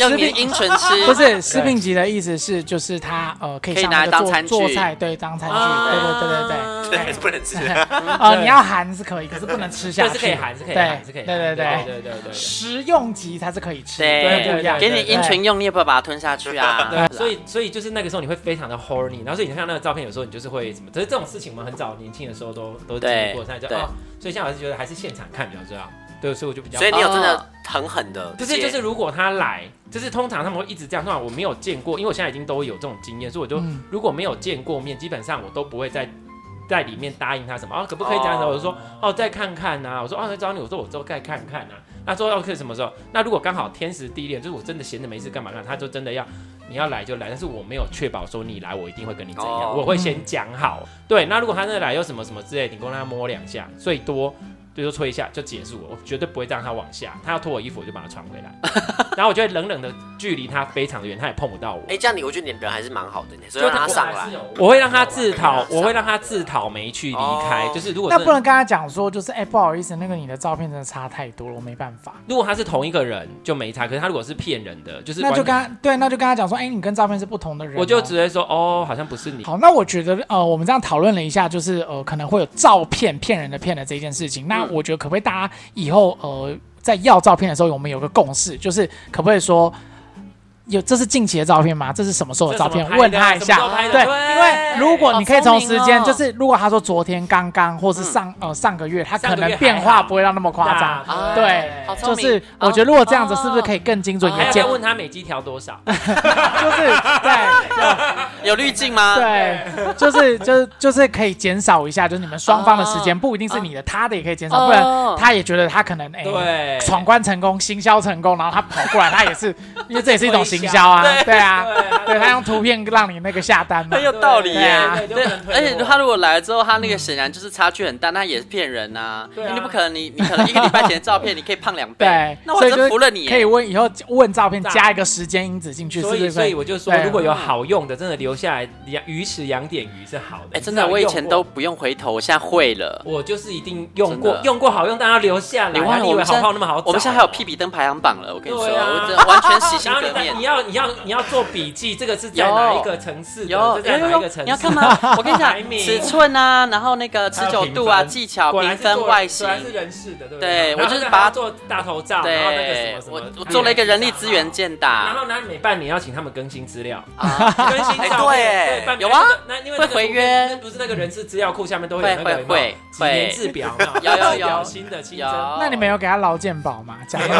用你的阴唇 吃，
不是食品级的意思是就是它呃可以
可以
像
拿
那
来
个
当
做
餐具
做菜，对，当餐具，对对对对对。
对，还是不能吃。
呃，你要含是可以，可是不能吃下
对，
去，
是可以含，是可以
对
含，是可以含。
对
对
对对，
对对对。
食用级才是可以吃，
对
不一样。
给你
对
阴唇用，你也不要把它吞下去啊。
对，所以所以就是那个时候你会非常的 horny，然后所以你看那个照片，有时候你就是会什么，可是这种事情我们很早年轻的时候都都经历过，
对
现在就
对
哦，所以现在我还是觉得还是现场看比较重要，对，所以我就比较
所以你有真
哦
的很狠的
不
接，
是，就是如果他来，就是通常他们会一直这样。通常我没有见过，因为我现在已经都有这种经验，所以我就、
嗯
如果没有见过面，基本上我都不会在在里面答应他什么啊，可不可以这样子？
哦
我就说哦，再看看呐、我说哦，再找你，我说我之后再看看啊呐、他说要可以什么时候？那如果刚好天时地利，就是我真的闲着没事干嘛干嘛，他就真的要你要来就来，但是我没有确保说你来我一定会跟你怎样，
哦
我会先讲好。对，那如果他真的来又什么什么之类，你跟他摸两下，最多比如说吹一下就结束了，我绝对不会让他往下。他要脱我衣服，我就把他穿回 来，然后我就会冷冷的距离他非常的远，他也碰不到我。
哎，这样你我觉得你人还是蛮好的，你所以
就
让他上来。，
我会让他自讨，
对
我会让他自讨没趣离开。
哦
就是如果
那
真
不
的
能跟他讲说，就是哎、不好意思，那个你的照片真的差太多了，我没办法。
如果他是同一个人就没差，可是他如果是骗人的，就是
那就
完
跟
全
他对，那就跟他讲说，哎、你跟照片是不同的人哦、
我就直接说哦，好像不是你。
好，那我觉得呃，我们这样讨论了一下，就是呃，可能会有照片骗人的骗的这件事情。那
嗯
我觉得可不可以大家以后呃，在要照片的时候，我们有个共识，就是可不可以说？有，这是近期的照片吗？这是什么时候的照片
这是什么？拍的啊
问他一下
什么时候拍。的
对，
对
因为如果
好
你可以
聪
从
明
时间，
哦嗯
就是如果他说昨天刚刚，或是上呃上个月，他
上
可
个月
能变
还
化
好
不会到那么夸张。
啊
对
好聪
就
明
是
哦
我觉得如果这样子，是不是
哦
可以更精准
哦
还
也
要
见
再？问他每机调多 少？
就是对。
有滤镜吗？，
对，就是就是就是可以减少一下，就是你们双方的时间，
哦
不一定是你的，他的也可以减少，
哦
不然他也觉得他可能哎，
对
闯关成功，行销成功，然后他跑过来，他 也是，因为这也是一种行销啊
推销，
对啊
对他，
对他用图片让你那个下单嘛
很，有道理
对
耶。
啊
对，就
对
不能，推
而且
脱
他如果来了之后，他那个显然就是差距很大，那也是骗人呐。
对啊
你不可能，你你可能一个礼拜前的照片，你可以胖两倍
对，，
那我
所以就
真服了
是
你耶。
可以问以后问照片
炸
加一个时间因子进去，是
所
不
以，
是？
所以我就说
对，啊
如果有好用的，真的留下来养鱼池养点鱼是好的。
哎，真
你
的，
知道
我以前
用
都
过，
不用回头，我现在会了。
我就是一定用
真
过
的，
用过好用，但要留下来。
你忘了
以
我
为
们
好
现在
泡那么好找哦
我们现在还有屁。比登排行榜了，我跟你说，
对啊
我这完全洗心
然后你
革
再
面
你。要你要你要做笔记，这个是在
有
哪一个城市的？
有
这在哪一个城市？
你要看？ 吗？我跟你
排
讲，
名
尺寸啊，然后那个持久度啊、
还有评分
技巧、
果然
评
是做
分、外形
果，然是人事的，对不
对
然后
我就是
还要
把它
做大头照，然后那个什
对
么，什么
我我做了一个人力资源。建
然
档，
后呢，每半年要请他们更新资料，
啊
更新
哎
照片，
对
对半年哎
有啊
那因为
会回约
那不是那个人事资料库下面都会有那
会
个
会
有没有
会
几年制表嘛，
有有有
表新的新
有
增，，
那你们有给他劳健保吗？讲那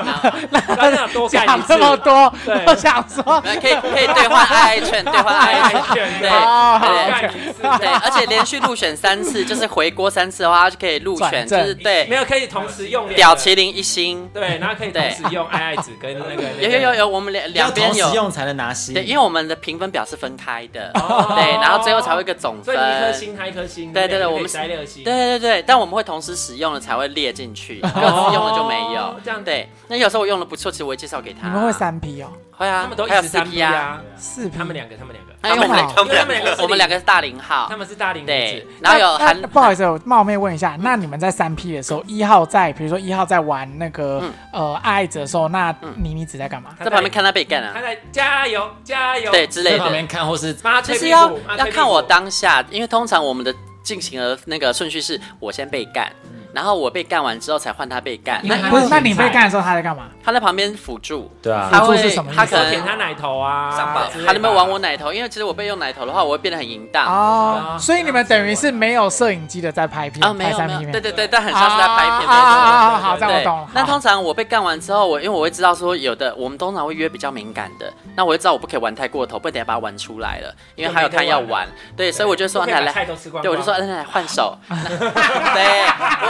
么
刚刚多
讲
干一次
这，么多
对，
我想说
没有可以可以兑换 I 券，兑换 I 券， 对
哦好
对
干一次，
对，而且连续入选三次，就是回锅三次的话，他就可以入选，
转
就
正
是对
没有可以同时用两个
屌麒麟一星，
对，然后可以同时用爱爱纸跟那个
有有有有，我们两
要
两边
同
有
时。用才能拿西。
对，因为我们的评分表是分开的，
哦
对，然后最后才会一个总
所
分
以。你一颗星，他一颗星，
对对对
你可以
我们是
塞六星，
对对对，但我们会同时使用的才会列进去，各自用的就没有
哦。这样子
对，那有时候我用的不错，其实我会介绍给他。
你们会三 P 哦，
会啊，
他们都一
还有
直
四
三
P
P
啊，
啊，
四 P
他们两个，他们两个，
还有我
他们
们
俩
因为他们两个是
我们两
零，
个是大零号
他，们是大龄
对
女，
然后有
那
韩
那不好意思，我冒昧问一下，那你们在三 P 的时候，一号在，比如说一号在玩那个、呃爱子的时候，那妮妮子在干嘛？
子，
在旁边看他被干
他
啊，
在加油加油，
对之类
在旁
的。
边看或是
妈
其
推
实
屁
要
股，妈
要
推屁
看
股
我当下，因为通常我们的进行的那个顺序是我先被干，然后我被干完之后才换他被干。
那
那
因为
不是，那
他是
你
芹菜
被干的时候他在干嘛？
他在旁边辅助，
对啊
他
辅助
会
是什么意思
他可
我舔
能
他奶头啊，
上吧
之类的
他能不能玩我奶头？因为其实我被用奶头的话，我会变得很淫荡。
哦
啊，
所以你们等于是没有摄影机的在拍片
啊，，没
拍
有
三
没
P
有，
片。
对对对，但 很像是在拍片。
啊啊啊啊啊！
对
好，这样我
对
懂了。
那
好
通常我被干完之后，我因为我会知道说，有的我们通常会约比较敏感的，那我就知道我不可以玩太过头，不然等下把它玩出来了，因为还有他要
就没得玩
玩。对，所以我就说，
不可以
奶
把
来
菜都吃光光
对，我就说，那来换手。 那对，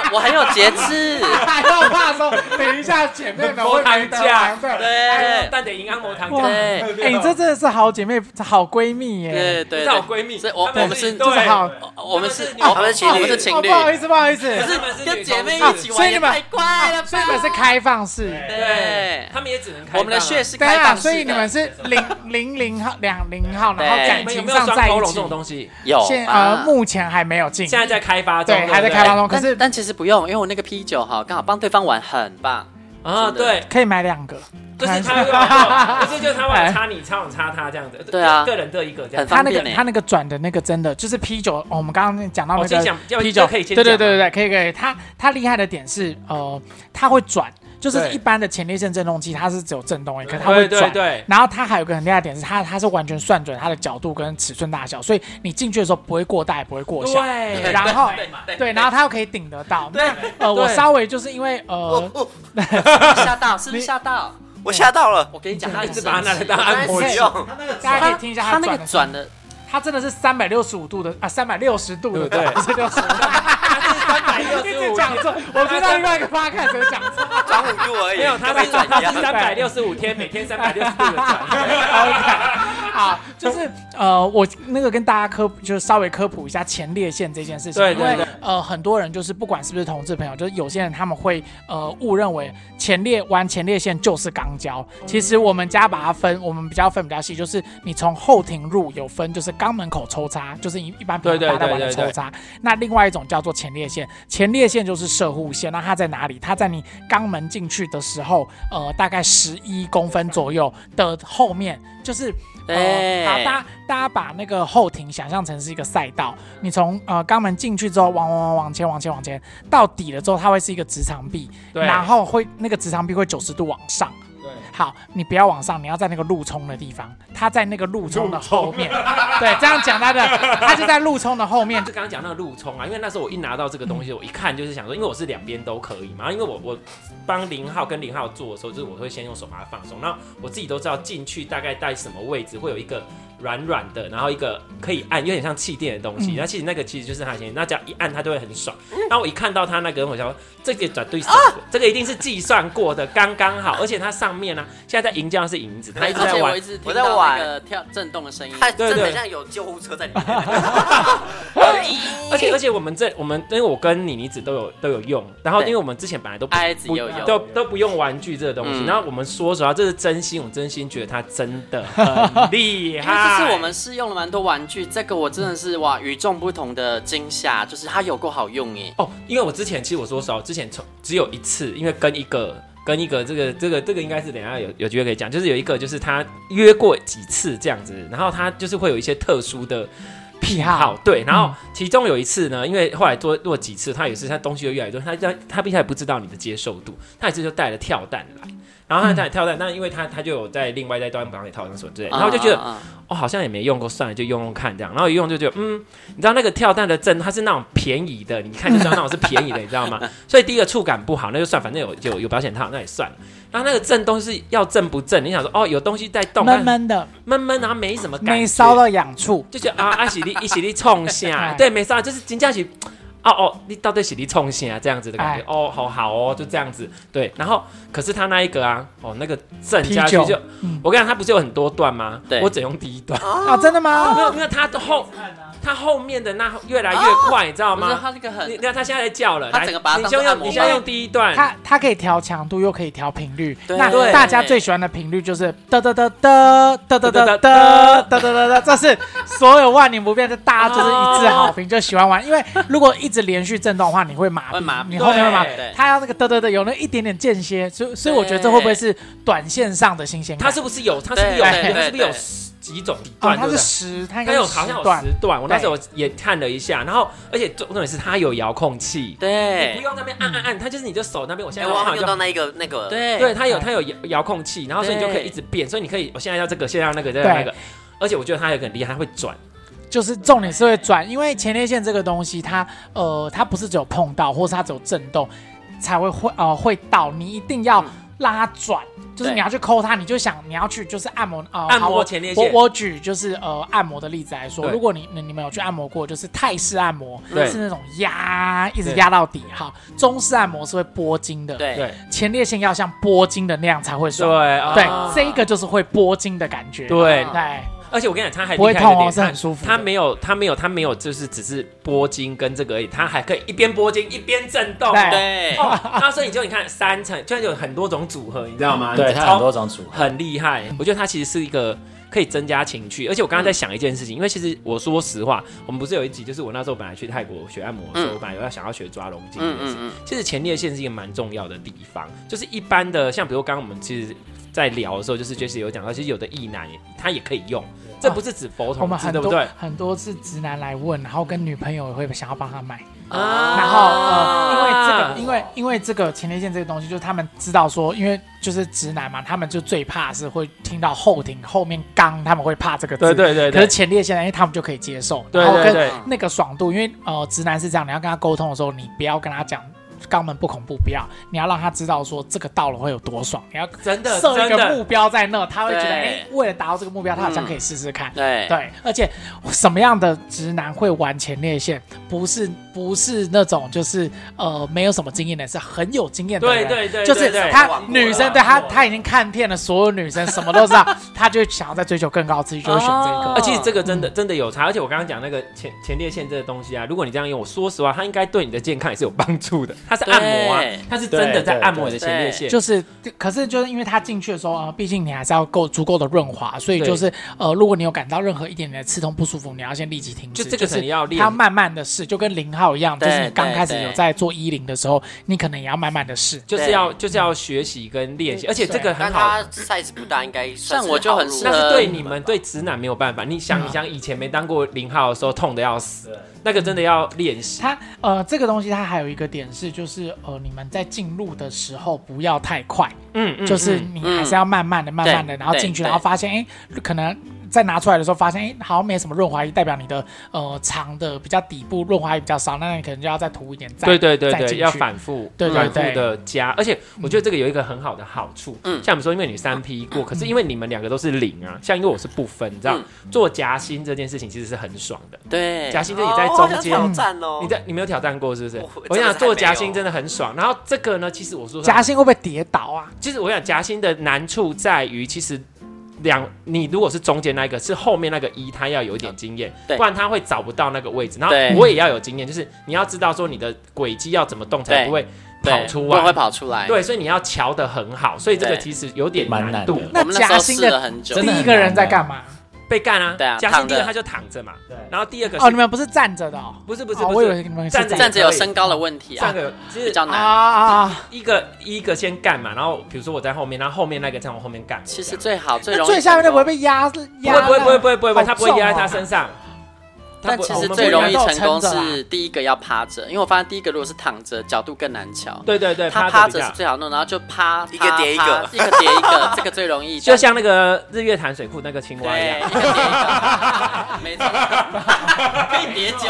我我很有节 制。
还要哎怕说，等一下姐妹 们会没得玩的。
对
但得银安膜糖
哇
浆，
对
哎，你这真的是好姐妹、好闺蜜耶！
对
这
对
是好
对，
闺蜜，
所以我
她
我们是
对
这是好
我们是，
他们是情侣
我们是情
哦，
侣
不，好意思，不好意思，
她们是女
跟姐妹
同
一
事
起
啊所以
玩
你
也
们
太怪了吧。
所以你们是开放式。
对
他们也只能开放啊。
我们的血是
对
开
啊，
放
所以
式
你们
的，
是零零零号、两零号，然后
对
感
你们有
情
没有
上
双
在
头
一
龙
起
这。种东西？
有
现
啊
呃，目前还没有进，
现在在开发中，
对
不
还在开发中，可
但
是
但其实不用，因为我那个 P 九哈，刚好帮对方玩，很棒。
啊，
真的
对，
可以买两个。
就是他会玩我，不是就是他玩插你，插我插他这样子，
对啊
各人各一个这样
很
子。
他
方
那
便
个
欸
他那个转的那个真的就是 P 九、哦，我们刚刚讲到那
哦先讲要
个
不
P
就
九、
可以先
对对
讲
对对对，可以可以。他他厉害的点是呃，他会转，就是
对
一般的前列腺振动器它是只有振动而已，可是它
对
会
对
转。
对，
然后它还有个很厉害的点是它它是完全算准它的角度跟尺寸大小，所以你进去的时候不会过大也不会过小。
对
然后
对
对，然后它又可以顶得到。
对，
呃，我
对
稍微就是因为呃
哦，哦
啊
吓到是不是吓到？
我吓到了，
我跟你讲，他
他
很
一直
生
把他拿来
气
当按摩
我
对
器
用。
他那个
大家可以听一下
他那
转
个
的
转的，
它真的是三百六十五度的啊，三百六十度的，
对不对
不是六 十度。 一直讲错，我知道另外一个 p o d c 讲错。
转五度而已，
没有，他是
转
他
一
是
样。
三百六十五天，每天三百六十度的
OK，
转。
好，就是呃，我那个跟大家科普，就是稍微科普一下前列腺这件事情，
对
因
对
为
对
呃，很多人就是不管是不是同志朋友，就是有些人他们会呃误认为前列玩前列腺就是肛交，其实我们家把它分，我们比较分比较细，就是你从后庭入有分，就是肛门口抽插，就是一一般平
对对
常大家玩的
对对对
抽插，那另外一种叫做前列腺，前列腺就是射护腺，那它在哪里？它在你肛门进去的时候，呃，大概十一公分左右的后面，就是。
对
呃，好，大家大家把那个后庭想象成是一个赛道，你从呃肛门进去之后，往往往往前往前往前到底了之后，它会是一个直肠壁，
对
然后会那个直肠壁会九十度往上。
对，
好，你不要往上，你要在那个路冲的地方，它在那个路冲的后面。对，这样讲它的，它就在路冲的后面
就刚刚讲那个路冲啊，因为那时候我一拿到这个
嗯
东西，我一看就是想说，因为我是两边都可以嘛，因为我我帮零号跟零号做的时候，就是我会先用手把它放松，然后我自己都知道进去大概在什么位置会有一个软软的，然后一个可以按，有点像气垫的东西。
嗯
那、其实那个其实就是它的前提，那只要一按它就会很爽。
嗯
那我一看到它那个，我想说这个绝对
啊
是、这个一定是计算过的，刚刚好，而且它上面呢、现在在银浆是银子，它一直
而
在
且我
玩
一。直听
我在
到那
玩
个跳震动的声音。
他
对
真
对
的很像有救护车在里面。
而且而且我们这我们因为我跟妮妮子都有都有用，然后因为我们之前本来都不
对 I 子
不
也有用
都都不用玩具这个东西，
嗯
然后我们说实话，这是真心，我真心觉得他真的 很厉
因为这
害。
次我们试用了蛮多玩具，这个我真的是哇与众不同的惊吓，就是它有够好用耶。
哦，因为我之前其实我说实话，我之前从只有一次，因为跟一个。跟一个这个这个这个应该是等一下有有机会可以讲，就是有一个就是他约过几次这样子，然后他就是会有一些特殊的
癖
好
好，嗯
对，然后其中有一次呢，因为后来多做几次，他也是他东西就越来越多，他他他毕竟也不知道你的接受度，他也是就带了跳蛋来，然后他带了跳蛋，那因为他他就有在另外在端房里套上什么之类的，然后我就觉得
啊
哦好像也没用过，算了就用用看这样，然后一用就觉得嗯，你知道那个跳蛋的针它是那种便宜的，你一看就知道那种是便宜的，你知道 吗？所以第一个触感不好，那就算，反正有有有保险套那也算了。然后那个震动是要震不震？你想说哦，有东西在动，
闷闷的，
但闷闷，然后没什么感觉，
没烧到痒处。
就觉得啊，啊是你，一是你冲啥？
哎
对，没啥，就是真正是，哦哦，你到底是你冲啥这样子的感觉
哎？
哦，好好哦，就这样子。对，然后可是他那一个啊，哦那个正
啤
下去
酒
就
嗯，
我跟你讲，他不是有很多段吗？
对
我只用第一段，
啊，真的吗
没？有，没有，他的后他后面的那越来越快，你知道
不是
吗？
它那个
你
很
你看他现在在叫了，
他
来
整个把它
你
当
先
做按
用，
摩
你先
棒
用第一段，
它它可以调强度，又可以调频率。
对
那
对
大家最喜欢的频率就是嘚嘚嘚嘚嘚嘚嘚嘚嘚嘚嘚嘚，这是所有万年不变的，大家就是一致好评，就喜欢玩。因为如果一直连续震动的话，你会麻
会麻
痹，
痹
你后面会麻
对
痹
对。
它要那个嘚嘚嘚，有那一点点间歇，所以所以我觉得这会不会是短线上的新鲜
他
感？
是不是有？他是不是
对
有？
对
他是不是
对
有
对？
几种
哦，
段，
它
对不
是
对？
十，它应
它
该
有
是
好像有
段
十，段，我那
对
时候也看了一下，然后而且重重点是它有遥控器，你
对
不用那边按按按，它就是你就手那边，我现
哎，
在
我
要
好像
按
用
就
到那一个那个，，
对
对，它有
嗯
它有遥遥控器，然后所以你就可以
对
一直变，所以你可以我现在要这个，现在要那个，再要那
对
个，而且我觉得它有一个很厉害，它会转，
就是重点是会转，因为前列腺这个东西它，呃，它不是只有碰到，或是它只有震动才会会呃会到，你一定要
嗯
拉转，就是
对
你要去抠它，你就想你要去就是按摩呃
按摩
好我
前列腺
我我举就是呃按摩的例子来说，
对
如果你你你们有去按摩过，就是泰式按摩
对
是那种压一直
对
压到底，好，中式按摩是会拨筋的，，
对
对
前列腺要像拨筋的那样才会
对
爽，
啊
对，这一个就是会拨筋的感觉，
对，
对。
而且我跟你讲，它还
不会
厉害的
痛哦
点
是很舒服的
它没有，它没有，它没有，就是只是拨筋跟这个而已，它还可以一边拨筋一边震动哦。
对
对
哦，那所以你就你看三层，就有很多种组合，你知道吗？
对，
超
它很多种组合。
很厉害。我觉得它其实是一个可以增加情趣，而且我刚刚在想一件事情，因为其实我说实话，我们不是有一集，就是我那时候本来去泰国学按摩的时候，
嗯
我本来有要想要学抓龙筋
嗯
这件事
嗯，嗯，
其实前列腺是一个蛮重要的地方，就是一般的，像比如刚刚我们其实在聊的时候，就是 Jesse 有讲到，其实有的异男也他也可以用，这不是指佛
我
同
们
志，
很
对
多
不对？
很多是直男来问，然后跟女朋友也会想要帮他买，
啊
然后、
啊
呃，因为这个，因为因为这个前列腺这个东西，就是他们知道说，因为就是直男嘛，他们就最怕是会听到后庭后面刚，他们会怕这个字。
对对对
可
对
是，前列腺，因为他们就可以接受，
对
然后
对
跟
对，
那个爽度，因为呃，直男是这样，你要跟他沟通的时候，你不要跟他讲肛门不恐怖，不要，你要让他知道说这个到了会有多爽，你要
真的
设一
真
个
的
目标在那，他会觉得
对
哎、诶为了达到这个目标，他好像可以试试看。
对
哎
对，而且什么样的直男会玩前列腺？不是不是那种就是呃没有什么经验的，是很有经验的
对
人。
对对，
就是
对对
他女生对他他已经看遍了所有女生，什么都知道， 他就想要再追求更高刺激，就会选这个。
而且这个真的真的有差，而且我刚刚讲那个前前列腺这个东西啊，如果你这样用，我说实话，它应该对你的健康也是有帮助的。它是按摩啊
对，
它是真的在按摩你的前列腺。
就是，可是就是因为它进去的时候啊，呃毕竟你还是要够足够的润滑，所以
对
就是呃，如果你有感到任何一点点的刺痛不舒服，你要先立即停止。
就这个可能要练
它慢慢的试，就跟零号一样，就是
对
你刚开始
对对
有在做一零的时候，你可能也要慢慢的试。
就是要就是要学习跟练习，而且这个很
但
好，
它 size 不大，应该算
像
是
我就很
好入
适
那
合
是对你们对直男没有办法。你想一想，以前没当过零号的时候，痛的要死，那个真的要练习。
它呃，这个东西它还有一个点是，就是呃，你们在进入的时候不要太快，
嗯嗯，
就是
嗯
你还是要慢慢的、慢慢的，
对
然后进去，
对
然后发现，哎，可能再拿出来的时候发现，哎，好像没什么润滑液，代表你的呃肠的比较底部润滑液比较少，那你可能就要再涂一点，再
对对对
再进
对，
去
要反复
对对
反复
对
的加，而且我觉得这个有一个很好的好处，
嗯
像我们说，因为你三 P
嗯
过，可是因为你们两个都是零啊，像因为我是不分，你知道、
嗯
做夹心这件事情其实是很爽的，
对
夹心就你
哦
在
好
中
想
间。
挑战哦，
你在你没有挑战过是不是
我？
我
真的
想
是
做
还没
夹
有
心真的很爽。然后这个呢，其实我说实话
夹心会不会跌倒啊？
其实我想夹心的难处在于，其实两你如果是中间那一个，是后面那个一，他要有一点经验，
对
不然他会找不到那个位置。然后
对
我也要有经验，就是你要知道说你的轨迹要怎么动才
对
不会跑
对
出
不然会
来。
跑出来。
对，所以你要瞧得很好，所以这个
对
其实有点
蛮难
难度
的。
那
我们那时
夹
候
心
试了
的
很久
第，
真的
一
很
个人
难
在
的
干嘛？
被干啊，
对啊
夹心第
躺
一个
着
他就躺着嘛，
对
然后第二个
哦，
是
你们不是站着的哦？
不是不是
哦
不
我以
是
为你们是
站着
站着有身
高，
高的问题
站
啊，
着有就是
比较
啊
难。
啊啊！
一个一个先干嘛，然后比如说我在后面，然后后面那个在我后面干我这样。
其实最好最
那
容易
最下面的不会被压
不
压？
会不会不会不会不会，
好
他不会压在
重哦
他身上。他
但
不
其
我
实
们不
最
会
容
压
易
都有
成功
撑着啦
是第一个要趴着，因为我发现第一个如果是躺着，角度更难瞧。
对对对，
他
趴
趴着
着比
是
较。
最好弄，然后就趴
一个
趴
叠一个
趴一个叠一个，这个最容易。
就像那个日月潭水库那个青蛙一
对，
样
一，个叠一个， 没错，可以叠九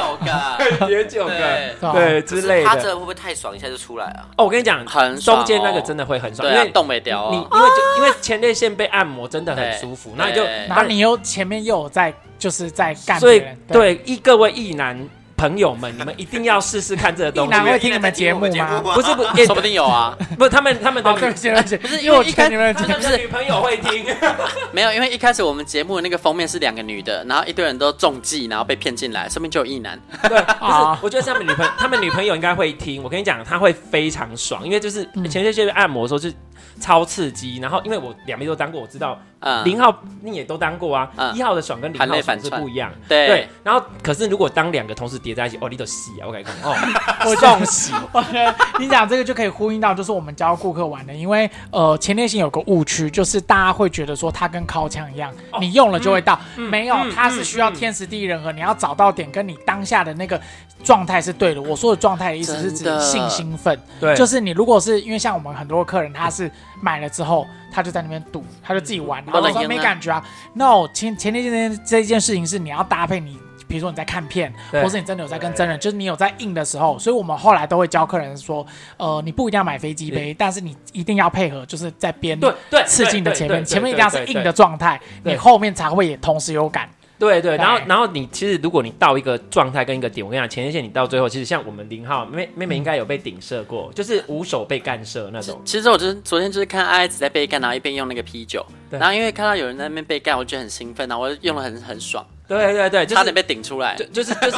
个，
叠九
对
对
对
可
之
是
类
趴着
的。
会不会太爽，一下就出来啊？
哦，我跟你讲，
很爽哦
中间那个真的会很爽，
对
因
啊
为，
动不掉
你
哦。
因为就因为前列腺被按摩真的很
对
舒服，那你就
对
然后你又前面又有在就是在干
所
别
以
人，
对一各位异男朋友们，你们一定要试试看 这个
一
东西
男。会听你们节目
因为在听
吗
我们节？目
不 是不也
说不定有啊，
不，他们他 们的
哦，对
女
不起，对不起，
不是
因为我
因为一
觉得
开
你们
他们
不
的
是
女朋友会 听，
没有，因为一开始我们节目的那个封面是两个女的，然后一堆人都中计，然后被骗进来，说明就有一男。
对，不是
啊，
我觉得是他
嗯
们女朋他们女朋友应该会听。我跟你讲，她会非常爽，因为就是前列腺被按摩的时候，就是超刺激。然后因为我两边都当过，我知道
嗯，
零号你也都当过啊，
嗯
一号的爽跟零
含
号
泪
的
反
爽是
串
不一样。
对
对，然后可是如果当两个同时叠在一起，哦，你都细啊，我敢讲 哦，我中喜，
我觉得你讲这个就可以呼应到，就是我们教顾客玩的，因为呃前列腺有个误区，就是大家会觉得说它跟靠枪一样，你用了就会到，没有，它是需要天时地利人和，你要找到点跟你当下的那个状态是对的。我说的状态的意思是指
真的
性兴奋，
对，
就是你如果是因为像我们很多客人，他是买了之后，他就在那边赌，他就自己
嗯
玩，然后
不能
说
赢
没
啊
感觉啊。No，前前提这件这件事情是你要搭配你。比如说你在看片，
对
或是你真的有在跟真人，就是你有在硬的时候，所以我们后来都会教客人说，呃，你不一定要买飞机杯，但是你一定要配合，就是在边
对对
刺激你的
对
前
对
面，
对
前面一
对
定要是
对
硬
对
的状态，
对
你后面才会也同时有感。
对对，然后
对
然后你其实如果你到一个状态跟一个点，我跟你讲，前列腺你到最后，其实像我们零号妹妹妹应该有被顶射过，就是无手被干射那种。
其实我就是昨天就是看阿紫在被干，然后一边用那个啤酒，
对
然后因为看到有人在那边被干，我觉得很兴奋，然后我就用的很很爽，
对对对，就
差点被
是
顶出来
就，就是就是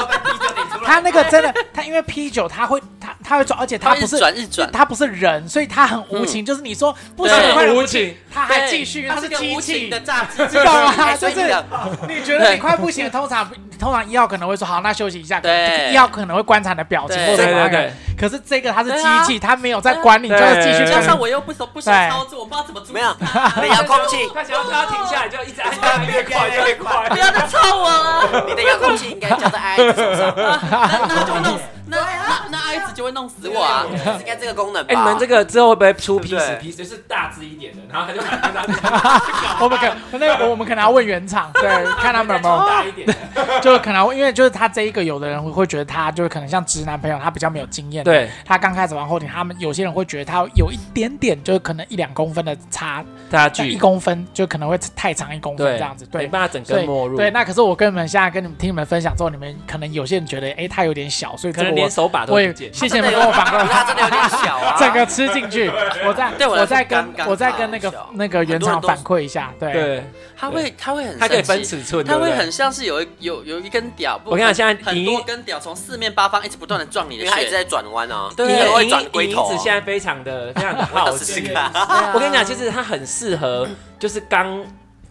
他那个真的，他因为啤酒他会他他会转，而且他
它
不
一
是
转一转，
他不是人，所以他很无情。就是你说不
对
行，快点
无
不行
情，
他还继续，
他
是
是个
机
无情
器
的，炸 鸡，
知道吗？
啊
还
就
随
是
你的，
你觉得你快不行了，通常通常一号可能会说好，那休息一下。
对
一号可能会观察你的表情
对
或者
对
什么
对
的
对。
可是这个他是机器，他没有在管你，就
对
是继续
对
加
看
上。我又不熟不熟
对
操作，我不知道怎么做，
没有，你的遥控器，
他想要他停下来就一 直按下来，越快越快。
不要再操我了，
你的遥控器应该 交在阿姨手上，啊
那那就会弄死，那那那阿紫就会弄死我啊！
应该这个功能吧？
哎，你们这个之后会不会出 P
对不对
十 P 十，就是大只一点的，然后他就把它
我们可那个我们可能要问原厂，对，看他们有没有。
大一点的。
就可能因为就是他这一个，有的人会会觉得他就是可能像直男朋友，他比较没有经验，
对，
他刚开始玩后庭，他们有些人会觉得他有一点点就是可能一两公分的差，
大
那一
巨
公分就可能会太长一公分
对
这样子，
没
对。
办法整
所
个
以
没入，
对，那可是我跟你们现在跟你们听你们分享之后，你们可能有些人觉得，哎，他有点小，所以
可
这个
能
我
连手把都
我
不
也
见。
谢谢你们跟我反过
他真的有
来，
点小 啊，
整个吃进去。我在
对我来说
在跟
刚刚
我在跟那
好
个
小
那个
很
原厂
多人都
反馈一下，对，
对，
他会他会很
它可
生
以
气
分尺寸，
它
对
会
不对
很像是有一有有一根屌，不
我跟你讲现在
很
影
多
音
根屌从四面八方一直不断的撞你
因
的
为他一直
血，
在转弯啊，
对，
你也会
银
转龟头
银
啊
子，现在非常的非常 的
我
好
有试
奇
试。看，
我跟你讲，其实它很适合，就是刚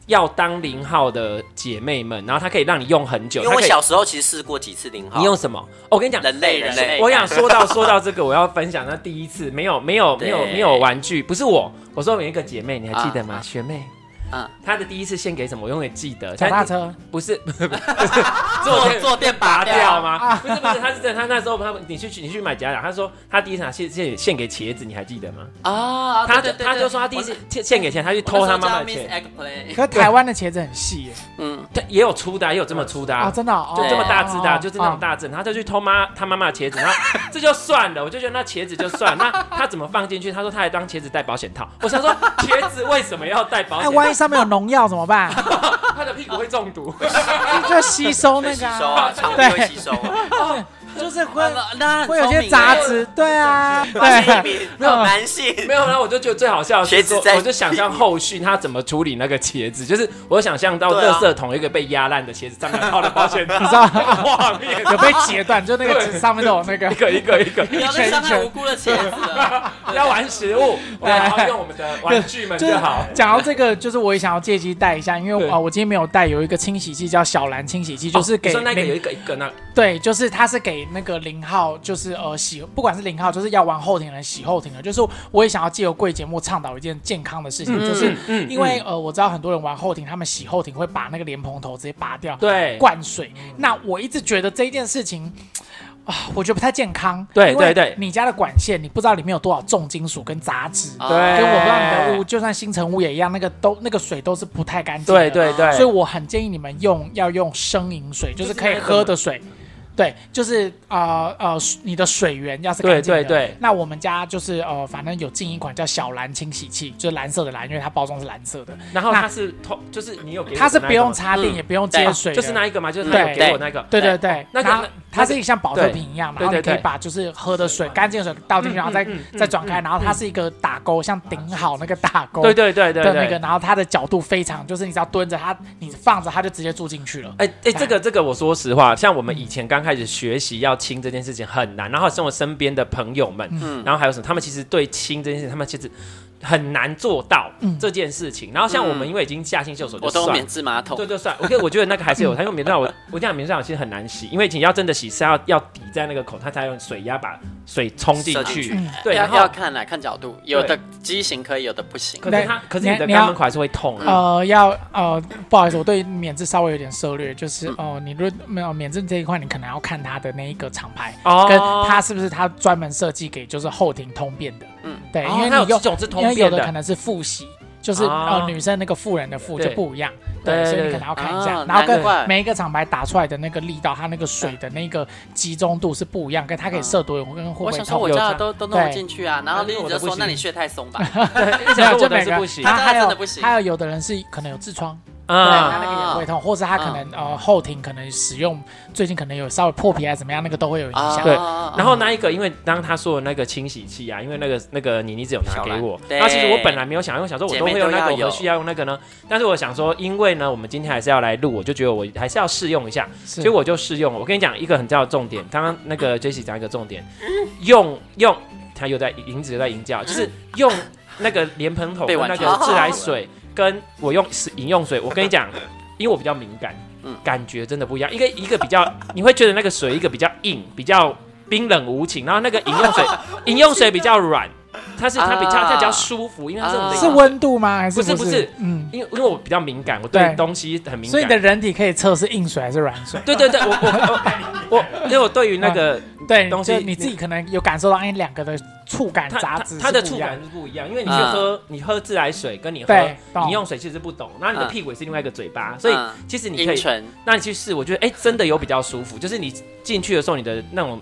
要当零号的姐妹们，然后它可以让你用很久。
因为我
它可以
小时候其实试过几次零号，啊
你用什么？哦我跟你讲，
人类
人
人
类
类，
我想说到说到这个，我要分享那第一次没有没有
对
没有没有玩具，不是我，我说我有一个姐妹，你还记得
啊
吗
啊？
学妹
啊。
她的第一次献给什么？我永远记得。
脚
她
踏车
不是不是
坐
坐
坐垫拔
拔掉
掉？
吗？不是不是，她是真的。她那时候她你去你去买假甲，她说她第一场献献献给茄子，你还记得吗？
啊，
他
对
就
对对
他就
对
说他第一次
我
献献给钱，他去
那
偷他
我那时
妈
候
妈
叫
的
Miss 哎
钱，
Eggplant，
可是台湾的茄子很细耶
嗯，
对，也有粗的啊，也有这么粗的
啊，
啊。
真的哦
就这么大只的啊，
哦
就是那
哦
种大只，然后他就去偷妈他妈妈的茄子，然后 这就算了，我就觉得那茄子就算，那他怎么放进去？他说他还当茄子戴保险套，我 想说茄子为什么要戴保
哎，
险
万
套？
一上面有农药怎 么办？
他的屁股会中毒。
就吸收那
会吸
个
收
啊
啊，，肠胃会吸收啊，
就是会
啊那很
会有
聪
些
明
杂
耶
质，对 啊，
发现一
对，
名男性，
没有，然后我就觉得最好笑的是
茄子
说，
在
我就想象后续他怎么处理那个茄子，就是我想象到
对
垃
啊
圾桶有一个被压烂的茄子 上面套了保险套，你
知道
画面，
有被截断，就那个纸上面都有那个
一。个一个一个，
不要再伤害无辜的茄子了。
要玩食 物，我们好好用我们的玩具们
就 是
就好。
讲到这个，就是我也想要借机带一下，因为
对哦
啊，我今天没有带，有一个清洗剂叫小蓝清洗剂，就是给
你说那个有
零
一个一个那
对，就是它是给那个零号，就是呃洗，不管是零号，就是要玩后庭的人洗后庭的，就是我也想要借由贵节目倡导一件健康的事情，就是
嗯
因为呃我知道很多人玩后庭，他们洗后庭会把那个莲蓬头直接拔掉，
对
灌水。那我一直觉得这一件事情。啊，我觉得不太健康。
对
因为
对对
你家的管线，你不知道里面有多少重金属跟杂质，
哦
啊
哎
跟我不知道你的
对
屋，就算新城屋也一样，那个都那个水都是不太干净的。
对对对，
所以我很建议你们用要用生饮水，就是可以喝的水。对，就是啊呃呃，你的水源要是干净
对
的，
对对
那我们家就是呃，反正有进一款叫小蓝清洗器，就是蓝色的蓝，因为它包装是蓝色的，
然后它是通，就是你有给我的
它是
那
不
一个
用
吗
插电，
嗯
也不用接
对
水的，
就是那一个嘛，就是他有给我那个。
对对对，
那个
然后
那
它是像保特瓶一样，
对
然后
对
你
对
可以把就是喝的水、干净的水倒进去，然后再
嗯
再转开，然后它是一个打勾，像顶好那个打勾
对对对对
的那个，
对。
然后它的角度非常，就是你只要蹲着它，你放着它就直接住进去了。
哎哎，这个这个，我说实话，像我
嗯
们以前刚开始学习要亲这件
嗯
事情很难，然后像我身边的朋友们，然后还有什么，他们其实对亲这件事情，他们其实很难做到
嗯
这件事情。然后像我们因为已经下性袖手，就
我都
算
用
了
免治马桶
对，就算。OK，我觉得那个还是有它，因为免治马桶，我我讲免治马桶其实很难洗，因为你要真的洗是要要抵在那个口，它才用水压把水冲进
射进
去
去。
嗯
对，
要
然
要
后
看来看角度，有的畸形可以，有的不行。
可是它，可是你的
你要
肛门口还是会痛啊。
呃，要呃，不好意思，我对免治稍微有点涉略，就是
嗯
哦、你如果没有免治这一块，你可能要看它的那一个厂牌，
哦
跟它是不是它专门设计给就是后庭通便的，嗯，对，因为
它哦有
你
这
有
种是通
因为有
便
的
的
可，能是复习，就是
哦
呃女生那个妇人的妇
对
就不一样，
对
对，
对
所以你
对哦
可能要看一下
啊，
然后
难怪
跟每一个厂牌打出来的那个力道，它那个水的那个集中度是不一样，跟它可以
嗯
射多远跟会不
我
会
想说，
痛
我
有
家的
差
都都弄不
对
进去啊，然后
那
丽
我
丽
的
就
不
说：“那
行
你血太松吧。
你
没
想
有，
说
就
我的
每
是
个
不行
然后
他
还
真
有
的不行
还有有的人是可能有痔疮，对，
啊
他那个也会痛，或者他可
嗯
能呃后庭可能使用最近可能有稍微破皮还是怎么样，那个都会有”影响。
啊，
对
然
然后那一个，因为当他说的那个清洗器啊，因为那个那个妮妮子有拿给我，
对
然后其实我本来没有想用，想说我都会用那个，
姐妹都要
我
有
何须要用那个呢？但是我想说，因为呢，我们今天还是要来录，我就觉得我还是要试用一下，
是
所以我就试用了。我跟你讲一个很重要的重点，刚刚那 个 Jesse 讲一个重点，用用，他又在银子又在银教，就是用那个莲蓬头
被
跟
完
那
全
个自来水，跟我用饮用水，我跟你讲，因为我比较敏感
嗯，
感觉真的不一样。一个一个比较，你会觉得那个水一个比较硬，比较冰冷无情，然后那个饮 用水，饮用水比较软，它是它比较
啊
它比较舒服，因为它是我们的饮
是
用水。
温度吗？还是
不是
不
不是
嗯，
因为因为我比较敏感，我对
对
东西很敏感，
所以你的人体可以测试硬水还是软水。
对对对，我我我我，因为我对于
啊
那个
对，
东西
就你自己可能有感受到，哎，两个的触感
它
杂
它
质
它的
是不
触
一样
感是不一样，因为你去
嗯
喝你喝自来水跟你喝
对懂
饮用水其实是不懂，然后你
嗯
的屁股也是另外一个嘴巴，所以
嗯
其实你可
阴
以
唇
那你去试，我觉得哎、真的有比较舒服，就是你进去的时候，你的那种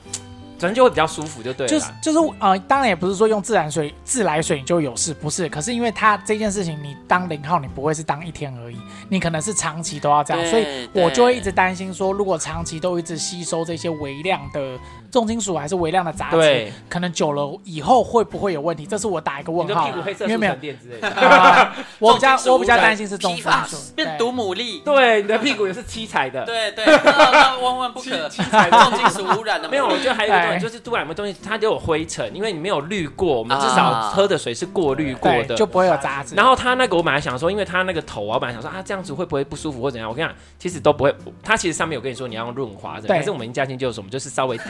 反正就会比较舒服，就对了
就
啦。
是就是呃，当然也不是说用自然水自来水你就有事，不是。可是因为它这件事情，你当零号你不会是当一天而已，你可能是长期都要这样，
对
所以我就会
对
一直担心说，如果长期都一直吸收这些微量的重金属还是微量的杂质
对，
可能久了以后会不会有问题？这是我打一个
你
问
的
号
屁股黑
啦，
色
因为
素
没有
沉。淀之类 的。
啊我比
重
较
金属
我比较
污染
担心是重
批
金
发
属
变毒
毒。
牡蛎。
对，你的屁股也是七彩的。
对对， 那万万不可，重金属污染的
没有，我觉得还有一个重点
对
就是，突然有没有东西，它就有灰尘，因为你没有滤过，我们至
啊
少喝的水是过滤过
对，
的。
就不会有杂质。
然后他那个，我本来想说，因为他那个头啊，我本来想说啊，这样子会不会不舒服或怎样？我跟你讲，其实都不会。他其实上面有跟你说你要用润滑的，
对
但是我们已经驾轻就熟，我们就是稍微抵。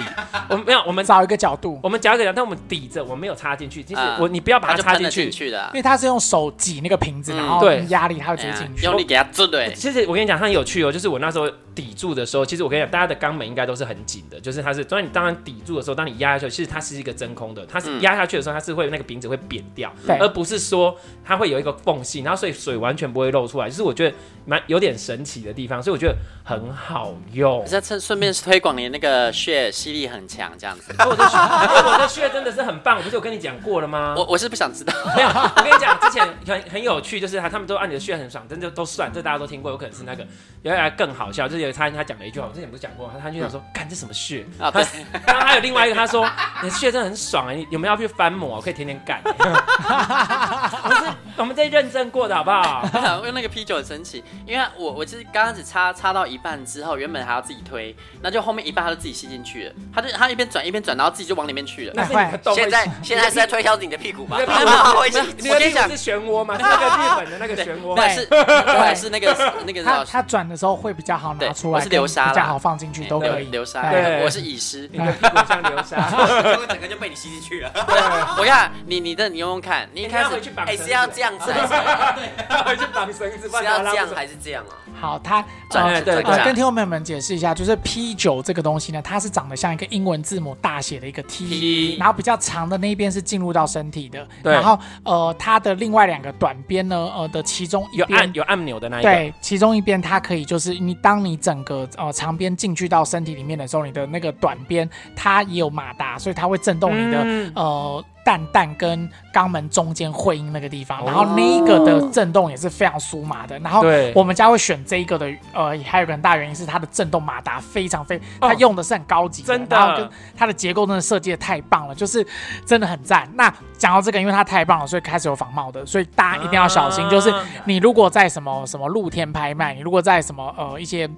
我们没有，我 们
找一个角度，
我们夹给他，但我们抵着，我没有插进去。其实
嗯
我你不要把
它
它
就
插
喷
进
了
去
进，去的啊
因，为他是用手挤那个瓶子，
嗯
然后
对
压力它会直
哎
接
呀
进去。
用力给它震对，
其实我跟你讲，它很有趣哦，就是我那时候抵住的时候，其实我跟你讲，大家的肛门应该都是很紧的，就是它是，所以你当然抵住的时候，当你压下去，其实它是一个真空的，它是
嗯
压下去的时候，它是会那个瓶子会扁掉，
对
而不是说它会有一个缝隙，然后所以水完全不会漏出来，就是我觉得蛮有点神奇的地方，所以我觉得很好用
你。再趁顺便推广你那个血吸力很强这样 子。
所以我的穴，所以我的穴真的是很棒，我不是有跟你讲过了吗？
我我是不想知道，
没有，我跟你讲，之前很很有趣，就是他他们都按你的血很爽，真的都算，这大家都听过，有可能是那个。原来更好笑，就是有他他讲了一句话，我之前不是讲过吗，他他就想说，看这什么血
啊
他
对
然后还有另外一个，他说你的血真的很爽哎，你有没有要去翻模？我可以天天干。我是我们这认证过的好不好？
我想用那个啤酒很神奇，因为我我就是刚开始插插到一半之后，原本还要自己推，那就后面一半他就自己吸进去了，他就他一边转一边转，然后自己就往里面去了。
那是你的洞会
现 在现在是在推销你的屁股吧？
你的屁股
我已经
你
我
的
跟
屁
你讲
股，是漩涡吗？是那个日本的那个漩涡吗
那？是那是那个 那个
它
叫
它转的时候会比较好
对
拿出
我
来，
是流沙啦哎
比较好放进去都可以。
流沙
对，
对
我是乙师。
你的屁股像流 沙，
我整个就被你吸进去了。
我看你你的你用用看，你一
你
开
要
始
回去绑绳
哎，
子，
是要这样子 还是，
要回去绑绳子，不
是
然
要
拉
这
不
样
出来
还是这样啊？
好，它
转
呃
哎对
转
呃，跟
转
听众朋友们解释一下，就是 P 九这个东西呢，它是长得像一个英文字母大写的一个 T，
踢
然后比较长的那一边是进入到身体的，
对
然后呃，它的另外两个短边呢，呃的其中一
有
边
按有按钮的那一个。
对，其中一边它可以就是你，当你整个呃长边进去到身体里面的时候，你的那个短边它也有马达，所以它会震动
嗯
你的、
嗯
呃蛋蛋跟肛门中间会阴那个地方，然后那一个的震动也是非常酥麻的。然
哦
后
对
我们家会选这一个的，呃，还有一个很大原因是它的震动马达非常非，它用的是很高级
哦真的
然后跟它的结构真的设计的太棒了，就是真的很赞。那讲到这个，因为它太棒了，所以开始有仿冒的，所以大家一定要小心，就是
啊
你如果在什么什么露天拍卖，你如果在什么呃一些。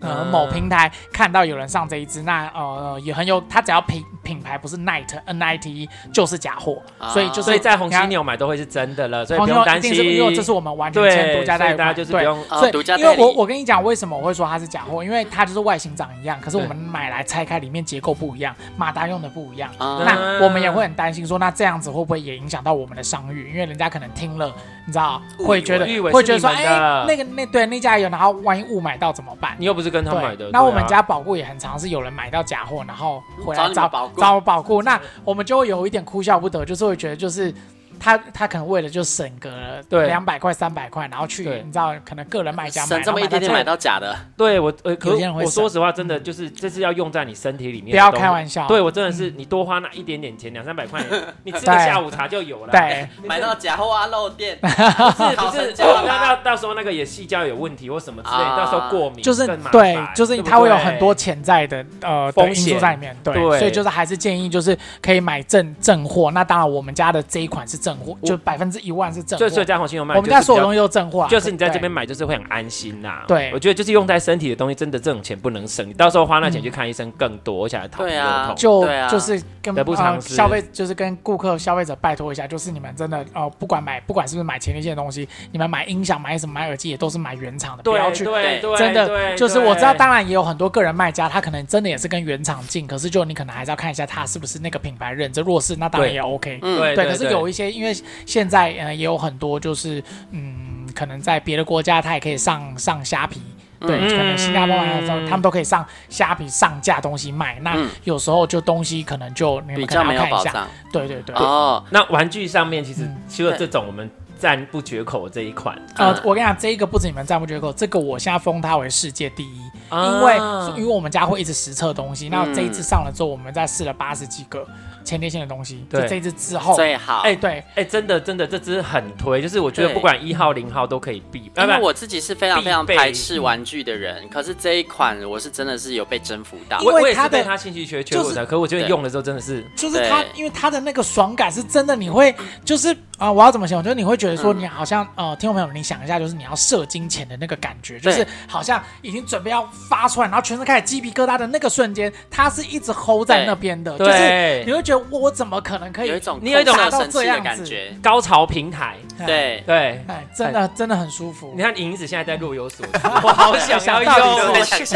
呃
嗯
某平台看到有人上这一支，那呃也很有，它只要品品牌不是 Night N I T E 就是假货，
啊
所以就是
所以在红
你
犀
看
牛买都会是真的了，所以
红
不用
牛一
担
定
心。
是因为这是我们完全签
对，
独
所
家
以
代
大
管，
家就是不
对。
用
哦
所以
独家代
因为我
理
我跟你讲，为什么我会说它是假货？因为它就是外形长一样，可是我们买来拆开，里面结构不一样，马达用的不一样。
啊
那我们也会很担心说，那这样子会不会也影响到我们的商誉？因为人家可能听了，你知道，
误以为
会觉得
误以为是
会觉得说，
你
哎
们的，
那个那对那家有，然后万一误买到怎么办？
你又不是跟他
对，
买的。
那
对
我们
啊
家保固也很常是有人买到假货，然后回
嗯找
来
你
找
们保固
找我 保固，那我们就会有一点哭笑不得，就是会觉得就是。他他可能为了就省个
对
两百块三百块，然后去
对
你知道可能个人买家买，
省这么一点点买
然后
到假的，
对我呃，可
有
是
些人会
我说
省
实话，真的就是这是要用在你身体里面的东西。
不要开玩笑嗯
对我真的是，你多花那一点点钱，两三百块，你吃个
对
下午茶就有了。
买 到这个
买到假货啊，漏 电，
是
烤
不
成
是？
焦
那
了
到
吗。
到时候那个也细胶有问题或什么之类，
啊
到时候过敏
对，就是
更麻烦
对，就是
不
它会有
对
很多潜在的呃
风
的因素
险
在里面，对，
对
所以就是还是建议就是可以买正正货。那当然我们家的这一款是正货，就百分之一万是正货
所以，所以在红信用卖，
我们家所有东
西
西都正货啊，
就是你在
对
这边买，就是会很安心啦。
对
我觉得就是用在身体的东西，真的这种钱不能省，你到时候花那钱去看医生更多，而且还掏
对啊
肉痛
嗯就、
对啊
就是跟
得不偿
呃、
失
消费就是跟顾客消费者拜托一下，就是你们真的呃，不管买不管是不是买前列腺的东西，你们买音响买什么买耳机也都是买原厂的，不要
对
去。
对对，
真的
对
就是我知道，
对
当然也有很多个人卖家，他可能真的也是跟原厂进，可是就你可能还是要看一下他是不是那个品牌认证，如果是那当然
对
也 OK。
嗯
对
对，可是有一些，因为现在呃也有很多就是嗯，可能在别的国家它也可以上上虾皮。对，
嗯
可能新加坡玩的时候，他们都可以上虾皮上架东西卖。那
嗯
有时候就东西可能就你
比
们可
较
能
没
要
有
看一
保
下。
障
对对对。
哦，
那玩具上面其实
嗯
除了这种我们赞不绝口的这一款，
呃
嗯，
我跟你讲，这一个不止你们赞不绝口，这个我现在封它为世界第一，因为
啊
因为我们家会一直实测东西。那
嗯
这一次上了之后，我们再试了八十几个前列腺的东西。
对
就这一次之后，
最好。
哎，对，
哎、真的真的，这支很推，就是我觉得
对
不管一号零号都可以避，
因
啊
为
不
我自己是非常非常
必备
排斥玩具的人，可是这一款我是真的是有被征服到。
因为
我我也
它
是
的
对它兴趣缺缺
就是
我的，可我觉得
对
用的时候真的是，
就是它
对，
因为它的那个爽感是真的，你会就是啊、我要怎么形容？就是你会觉得
嗯
说，你好像、呃，听众朋友，你想一下，就是你要射精前的那个感觉，就
对
是好像已经准备要发出来，然后全身开始鸡皮疙瘩的那个瞬间，它是一直 hold 在那边的，就是
对
你会觉得我我怎么可能可以
有一种
你有一种
控制
达到
神器
这
的
样
感
子
觉，
高潮平台，
哎
对，
对。
哎，真的真的很舒服
你。看影子现在在若有所 思，我好想要
到
用，
底
哦
是
我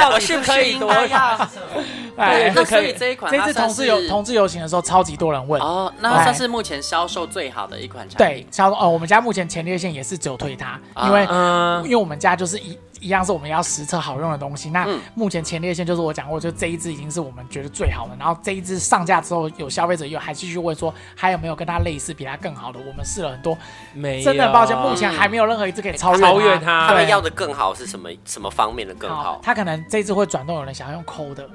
到底可以多少？
要？
哎
对
那
是可
所
以
以这一款
这
它
次
算
同
是
志游同志游行的时候，超级多人 问。哎
哦，那它算是目前销售最好的一款产
对
品。，
像哦，我们家目前前列腺也是只有推它，
啊
因为
嗯
因，为我们家就是一一样是我们要实测好用的东西。那
嗯
目前前列腺就是我讲过，就这一支已经是我们觉得最好的。然后这一支上架之后，有消费者又还继续问说，还有没有跟它类似比它更好的？我们试了很多，
没有
真的很抱歉，目前还没有任何一支可以超越
超越它
嗯他
对
们要的更好是什么什么方面的更好？
它可能这一支会转动，有人想要用抠的。
哦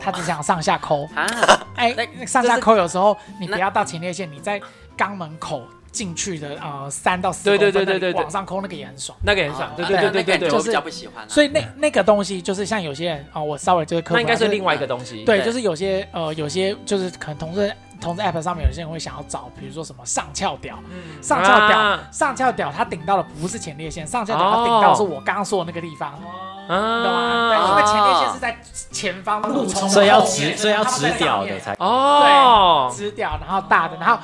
他只想上下抠，
啊，
哎
那，
那上下抠有时候你不
那
要到前列腺，你在肛门口进去的呃三到四
对对
公
对
分
对
那
对
里
对
往上抠那个也很爽。
那个很爽，对
啊
对对
那
对对对，
那个我
就
比
是
较不喜欢啊。
所以那
嗯
那个东西就是像有些人啊、哦我稍微就是科普
那
一下，
应该是
就是
另外一个东西，
对，
对
就是有些呃，有些就是可能同事同事 app 上面有些人会想要找，比如说什么上翘屌，上翘屌，
啊
上翘屌，它顶到的不是前列腺，上翘屌
哦
它顶到的是我刚刚啊说的那个地方，你懂吗？对，
啊，
因为前列腺是在前方路冲，
所以要
后
直，
面
所以要
它不
直
在上
屌的
面
才。
哦，
直屌，然后大的，然后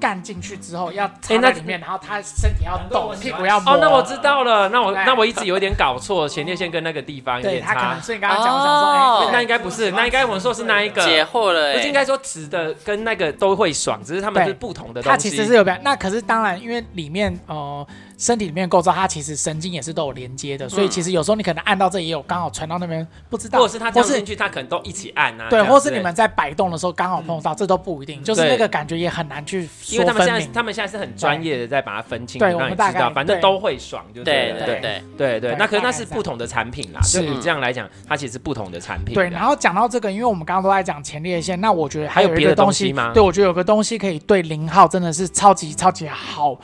干进去之后要插
哎那
在里面，然后它身体要动，屁股要磨。
哦，那我知道了，那我
对
那我一直有点搞错，前列腺跟那个地方有
对
点
他可
差
能，所以你刚刚讲，我想说，哎
哦，
那应该不是，那应该我们说是那一个，
解惑了
不
欸，
是应该说直的跟那个都会爽，只是他们
对
是不同的东西。
它其实是有表，那可是当然，因为里面呃身体里面的构造，它其实神经也是都有连接的，所以其实有时候你可能按到这也有刚好传到那边，不知
嗯
道，
或者是他这样
或
进去，他可能都一起按啊。这
对，
样
或是
之类
你们在摆动的时候刚好碰到，这都不一定，就
嗯
是
对
那个感觉也很难去
因为
说
他们现
分
在
明。
他们现在是很专业的在把它分清，
对
让
我
你
们大
知
概
道，反正
对
都会爽就
对
了
对对
对对
对
对对
对
那可是
大
那
概
是
是这样
不同的产品啦，
是
就你这样来讲，它其实是不同的产品。
对，然后讲到这个，因为我们刚刚都在讲前列腺，那我觉得还
还有
有一
别的
个
东西
西
吗
对，我觉得有个东西可以对零号真的是超级超级好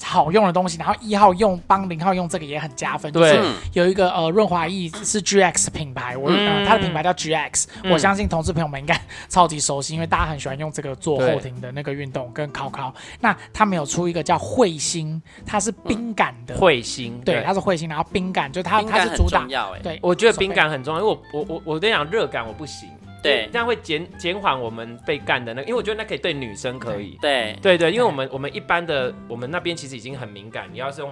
好用的东西，然后一号用帮零号用这个也很加分。就是
对
嗯
有一个呃润滑液是 GX 品牌，
嗯
我、呃、它的品牌叫 GX，、我相信同志朋友们应该超级熟悉，因为大家很喜欢用这个做后庭的那个运动跟考考。那他们有出一个叫彗星，它是冰感的，
嗯彗星，
对，它是彗星，然后冰感就它
冰
它
感
是
很
主打
重，要哎，
对，
我觉得敏感很重要，因为我我我我跟你讲热感我不行，
对
这样会减减缓我们被干的那个，因为我觉得那可以对女生可以，
对
对对，因为我们我们一般的我们那边其实已经很敏感，你要是用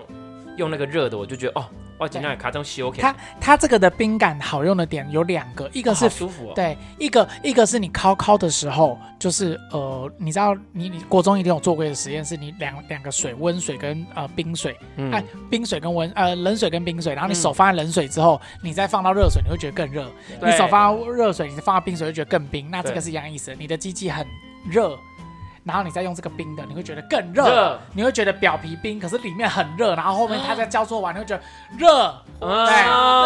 用那个热的，我就觉得哦，哇，今天卡通修 K，
它它这个的冰感好用的点有两个，一个是
好舒服哦，
对，一个一个是你敲敲的时候，就是呃，你知道你你国中一定有做过一个实验，是你两两个水，温水跟呃冰水，
嗯
哎、冰水跟温呃冷水跟冰水，然后你手放在冷水之后，你再放到热水，你会觉得更热；你
对
手放到热水，你放到冰水就觉得更冰。那这个
对
是一样意思，你的机器很热，然后你再用这个冰的，你会觉得更热。
热
你会觉得表皮冰，可是里面很热，然后后面它在交错完，你会觉得热，
啊
对，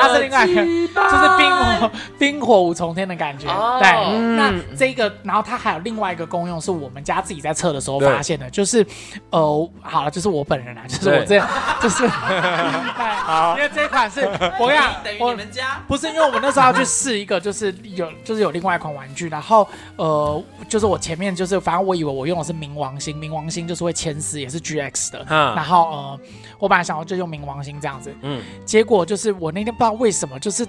它是另外一个，就是冰火冰火五重天的感觉，
哦
对。
嗯
那这个，然后它还有另外一个功用，是我们家自己在测的时候发现的，就是，呃，好了，就是我本人啊，就是我这，就是， 好，因为这一款是我跟你讲，
等于
我
你们家
不是，因为我们那时候要去试一个，就是有就是有另外一款玩具，然后呃，就是我前面就是反正我以为我用的是冥王星，冥王星就是会牵丝，也是 GX 的，
嗯
然后呃，我本来想要就用冥王星这样子，
嗯，
结果就是我那天不知道为什么就是。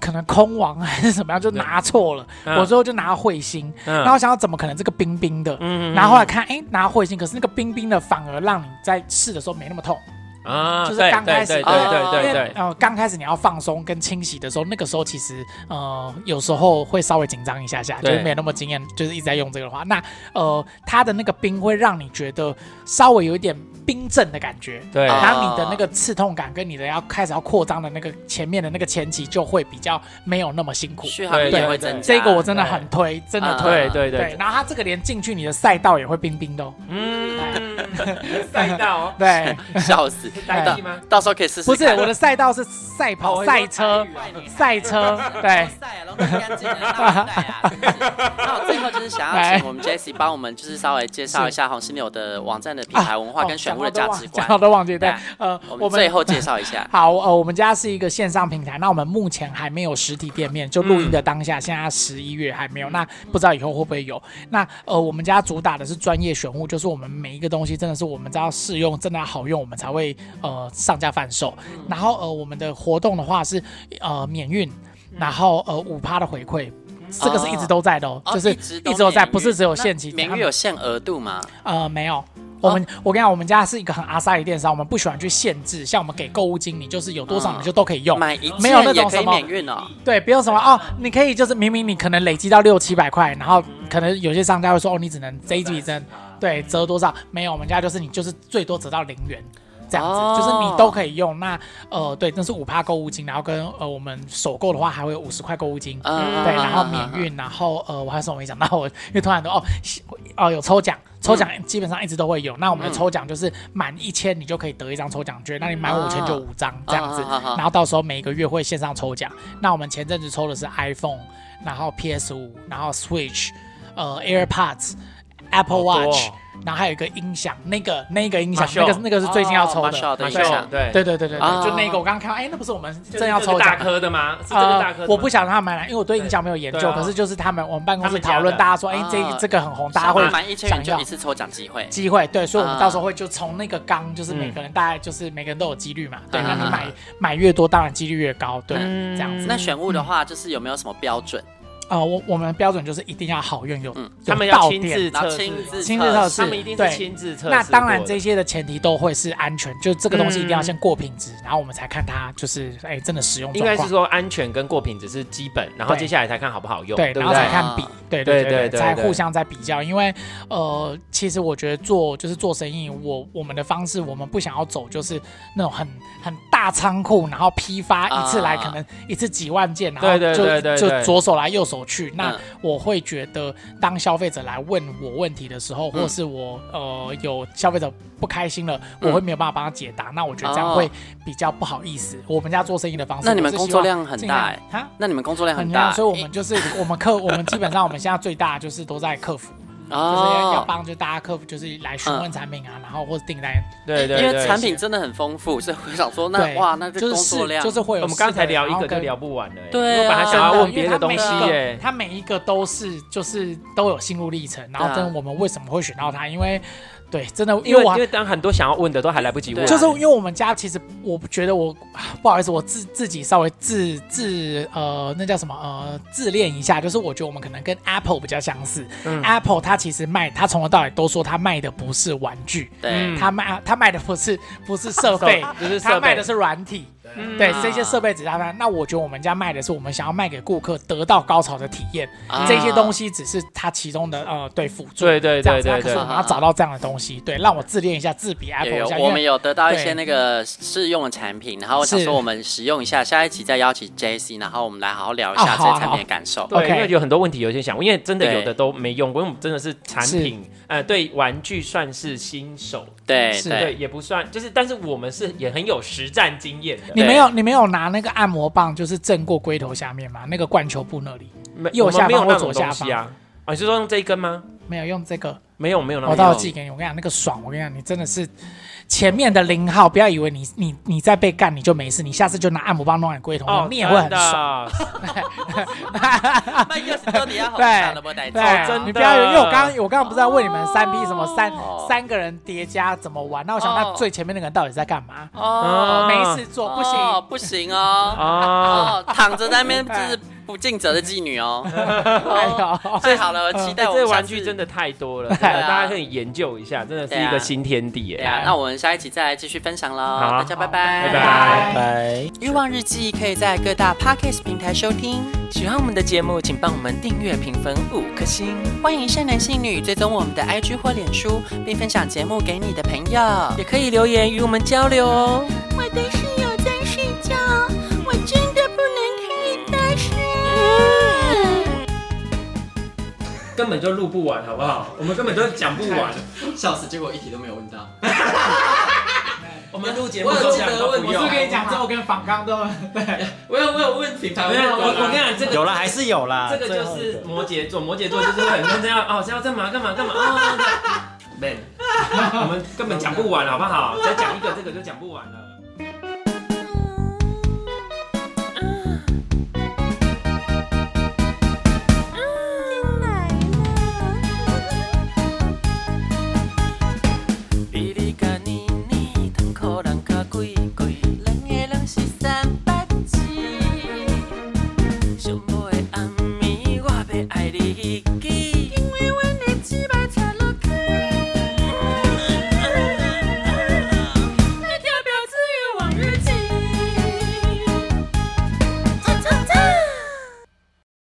可能空王还是怎么样，就拿错了。
嗯
我最后就拿彗星，
嗯
然后我想要怎么可能这个冰冰的，
嗯嗯
然后后来看，哎、拿彗星，可是那个冰冰的反而让你在试的时候没那么痛。
啊，
就是
对
刚开始
对对
哦
对对
因
对
为呃，刚开始你要放松跟清洗的时候，那个时候其实呃，有时候会稍微紧张一下下，就
对
是没有那么经验，就是一直在用这个的话，那呃，它的那个冰会让你觉得稍微有一点冰镇的感觉。
对
啊
然后你的那个刺痛感跟你的要开始要扩张的那个前面的那个前期就会比较没有那么辛苦。
续航力
对
也
对
会
对嗯
增加。
这个我真的很推，真的推。
对对
对
对，，
然后它这个连进去你的赛道也会冰冰的、哦。
嗯， 赛道哦，
对，
笑死，
代替吗？
到时候可以试试
不
看。
是我的赛道是赛
哦
跑、赛车、赛车，对。
赛啊，然后很干净啊，拉塞啊真是那我最后就是想要请我们 Jesse 帮我们，就是稍微介绍一下红犀牛的网站的品牌文化跟选物的价值观
哦讲。到都忘记
对
对
啊，
呃，
我
我
们最
们。。
后介绍一下
好，呃，我们家是一个线上平台，那我们目前还没有实体店面，就录音的当
嗯
下，现在十一月还没有，那不知道以后会不会有。那呃，我们家主打的是专业选物，就是我们每一个东西真的是我们知道试用，真的好用，我们才会呃上架贩售。
嗯
然后呃，我们的活动的话是呃免运，然后呃五趴的回馈，这个是一直都在的哦，
嗯哦
就是
一直都
有在，
免运
不是只有限期，
那免
他
运
们
有限额度吗？
呃，没
哦
有。我们、我跟你讲，我们家是一个很阿萨里电商，我们不喜欢去限制，像我们给购物金，你就是有多少
嗯
你就都可以用，
买一件
哦没有那
也
种
可
什
以
么
免运哦。
对，不用什么哦，你可以就是明明你可能累积到六七百块，然后可能有些商家会说哦，你只能这一笔折对折多少？没有，我们家就是你就是最多折到零元。这样子、
哦
就是你都可以用，那呃对，那是五趴购物金，然后跟呃我们首购的话还会有五十块购物金，
嗯
对，然后免运，然后呃，我还有什么没讲到？我因为突然都哦西哦有抽奖，抽奖
嗯
基本上一直都会有。那我们的抽奖就是满一千你就可以得一张抽奖券，那你满
啊
五千就五张这样子
啊啊啊啊。
然后到时候每个月会线上抽奖。那我们前阵子抽的是 iPhone，然后 PS 五，然后 Switch，呃 AirPods。Apple
好多哦
Watch，、然后还有一个音响，那个那个音响，那
Marshall
个那个是最近要抽
哦，Marshall
的，
的
对
音响
对
对对对对，
啊
对就那个我刚刚看到，哎，那不是我们
就是
正要
这
抽
个大
奖，
颗的吗？是这个大
呃
颗的吗，，
我不想让他买来，因为我对音响没有研
对
究。
啊
可是就是他们，我们办公
他
室
们家的
讨论，大家说，哎
啊，
这这个很红，大家会
满一千元
想
就
要
一次抽奖机会。
机会，对，所以我
啊
们到时候会就从那个缸，就是每个人大概就是每个人都有几率嘛，对，
啊
那你买买越多，当然几率越高，对，
嗯
这样子。
那选物的话，就是有没有什么标准？
呃，我我们的标准就是一定要好用有
嗯，
他
有
们要
到
亲
店
自
然后
测试
亲，自
亲自测试
他们一定
对
是亲自测试过的。
那当然，这些的前提都会是安全，就这个东西一定要先过品质，然后我们才看它就是哎真的使用
嗯应
状
该是
况，
说安全跟过品只是基本，然后
对
接下来才看好不好用，
对，
不
然后才
对？
看比
啊，
对
对
对
对对
才
对
互相在比较。因为呃，其实我觉得做就是做生意，我我们的方式，我们不想要走就是那种很很大仓库，然后批发一次来
啊
可能一次几万件，然后
对对
就
对对对
就左手来右手去。那
嗯
我会觉得，当消费者来问我问题的时候，或
嗯
是我呃有消费者不开心了，我会没有办法帮他解答。那我觉得这样会
哦
比较不好意思。我们家做生意的方式，
那你
我
们
是
工
希
作
望
量很
尽
大
量
欸
哈
那你们工作量
很
很
大，
大，欸
所以我们就是我们客，我们基本上我们现在最大就是都在客服，就是要要
哦，嗯
帮就大家客服，就是来询问产品啊，然后或者订单。
对对
因
对，
为产品真的很丰富， 所以我想说，那
对，
哇，那这
就是
工作
试
量
就是会有
我们刚才聊一
试的
个就。
然
聊
后
不完了、欸，
对啊
我本来
不
跟
完
想要
真的
问别的东西欸
因为
耶、
它每一个它每一个都是就是都有心路历程，然后
对啊
真的我们为什么会选到它？因为对，真的因
因为
为我
因
还
为当很多想要问的都还来不及问，
就是因为我们家其实我觉得我啊不好意思，我自自己稍微自自呃那叫什么呃自恋一下，就是我觉得我们可能跟 Apple 比较相似。Apple 它其实卖，它从头到尾都说它卖的不是玩具，
对，
它卖它卖的不是不是设备，
就是设
它
备
卖的是软体。对这些设备只是它卖，那我觉得我们家卖的是我们想要卖给顾客得到高潮的体验，
啊
这些东西只是它其中的呃对辅助，
对对对
这样子
对
那可是
对
我们要找到这样的东西，对，让我自恋一下，自比 Apple
有
一
有
下，，因
我
为
们有得到一些
对
那个试用的产品，然后我想
是
说我们使用一下，下一期再邀请 J C，然后我们来好好聊一
啊
下这
好啊
些产
好
品的感受。
对
OK
因为有很多问题有些想问，因为真的
对
有的都没用过，因为我们真的是产品，呃，对玩具算是新手，
对
是
对，
对，
也不算，就是但是我们是也很有实战经验的
你，没有你没有拿那个按摩棒，就是震过龟头下面吗？那个灌球部那里
没
右
我们
下
没有
方
那
或
种
左
东
下
西啊，啊，你是说用这一根吗？
没有用这个，
没有没有那种
我哦到时候寄给你。我跟你讲，那个爽，我跟你讲，你真的是前面的零号，不要以为你你你在被干你就没事，你下次就拿按摩棒弄你龟头，
哦
你也
哦
会很爽。
爽。
那又是到底 要好
对
上了不带劲
哦
对，
真的
你不要以为，因为我刚刚我刚刚不是在问你们三 P 什么三、三个人叠加怎么玩？那我想
哦
那最前面那个人到底在干嘛？
哦，
没事做不行，
哦不行哦，
啊，
哦，躺着在那 边就是不尽责的妓女哦。
哎呦，哎
太好了，期待我
这
们
玩具真
的。
的太多了，真
对
的
啊
大家可以研究一下，真的是一
对
个
啊
新天地
对
耶。
哎
啊，那我们下一期再来继续分享喽，
好
大家拜拜，
拜拜
拜。
欲望日记可以在各大 podcast 平台收听，
喜欢我们的节目，请帮我们订阅、评分五颗星。
欢迎善男信女追踪我们的 IG 或脸书，并分享节目给你的朋友。
也可以留言与我们交流哦。
我的室友在睡觉，我真的不能看你大声。
根本就录不完，好不好？我们根本就讲不完。
笑死，结果一题都没有问到。
我们录节
目都讲都不用
我跟你讲，之后跟仿刚都
我有我有问品牌，
没有，我我跟你讲，这个
有啦，还是有啦。
这个
啊最
就
后一
是摩羯座，摩羯座就是很认真要哦，现在要干嘛干嘛啊干嘛哦。man，我们根本讲不完，好不好？再讲一个，这个就讲不完了。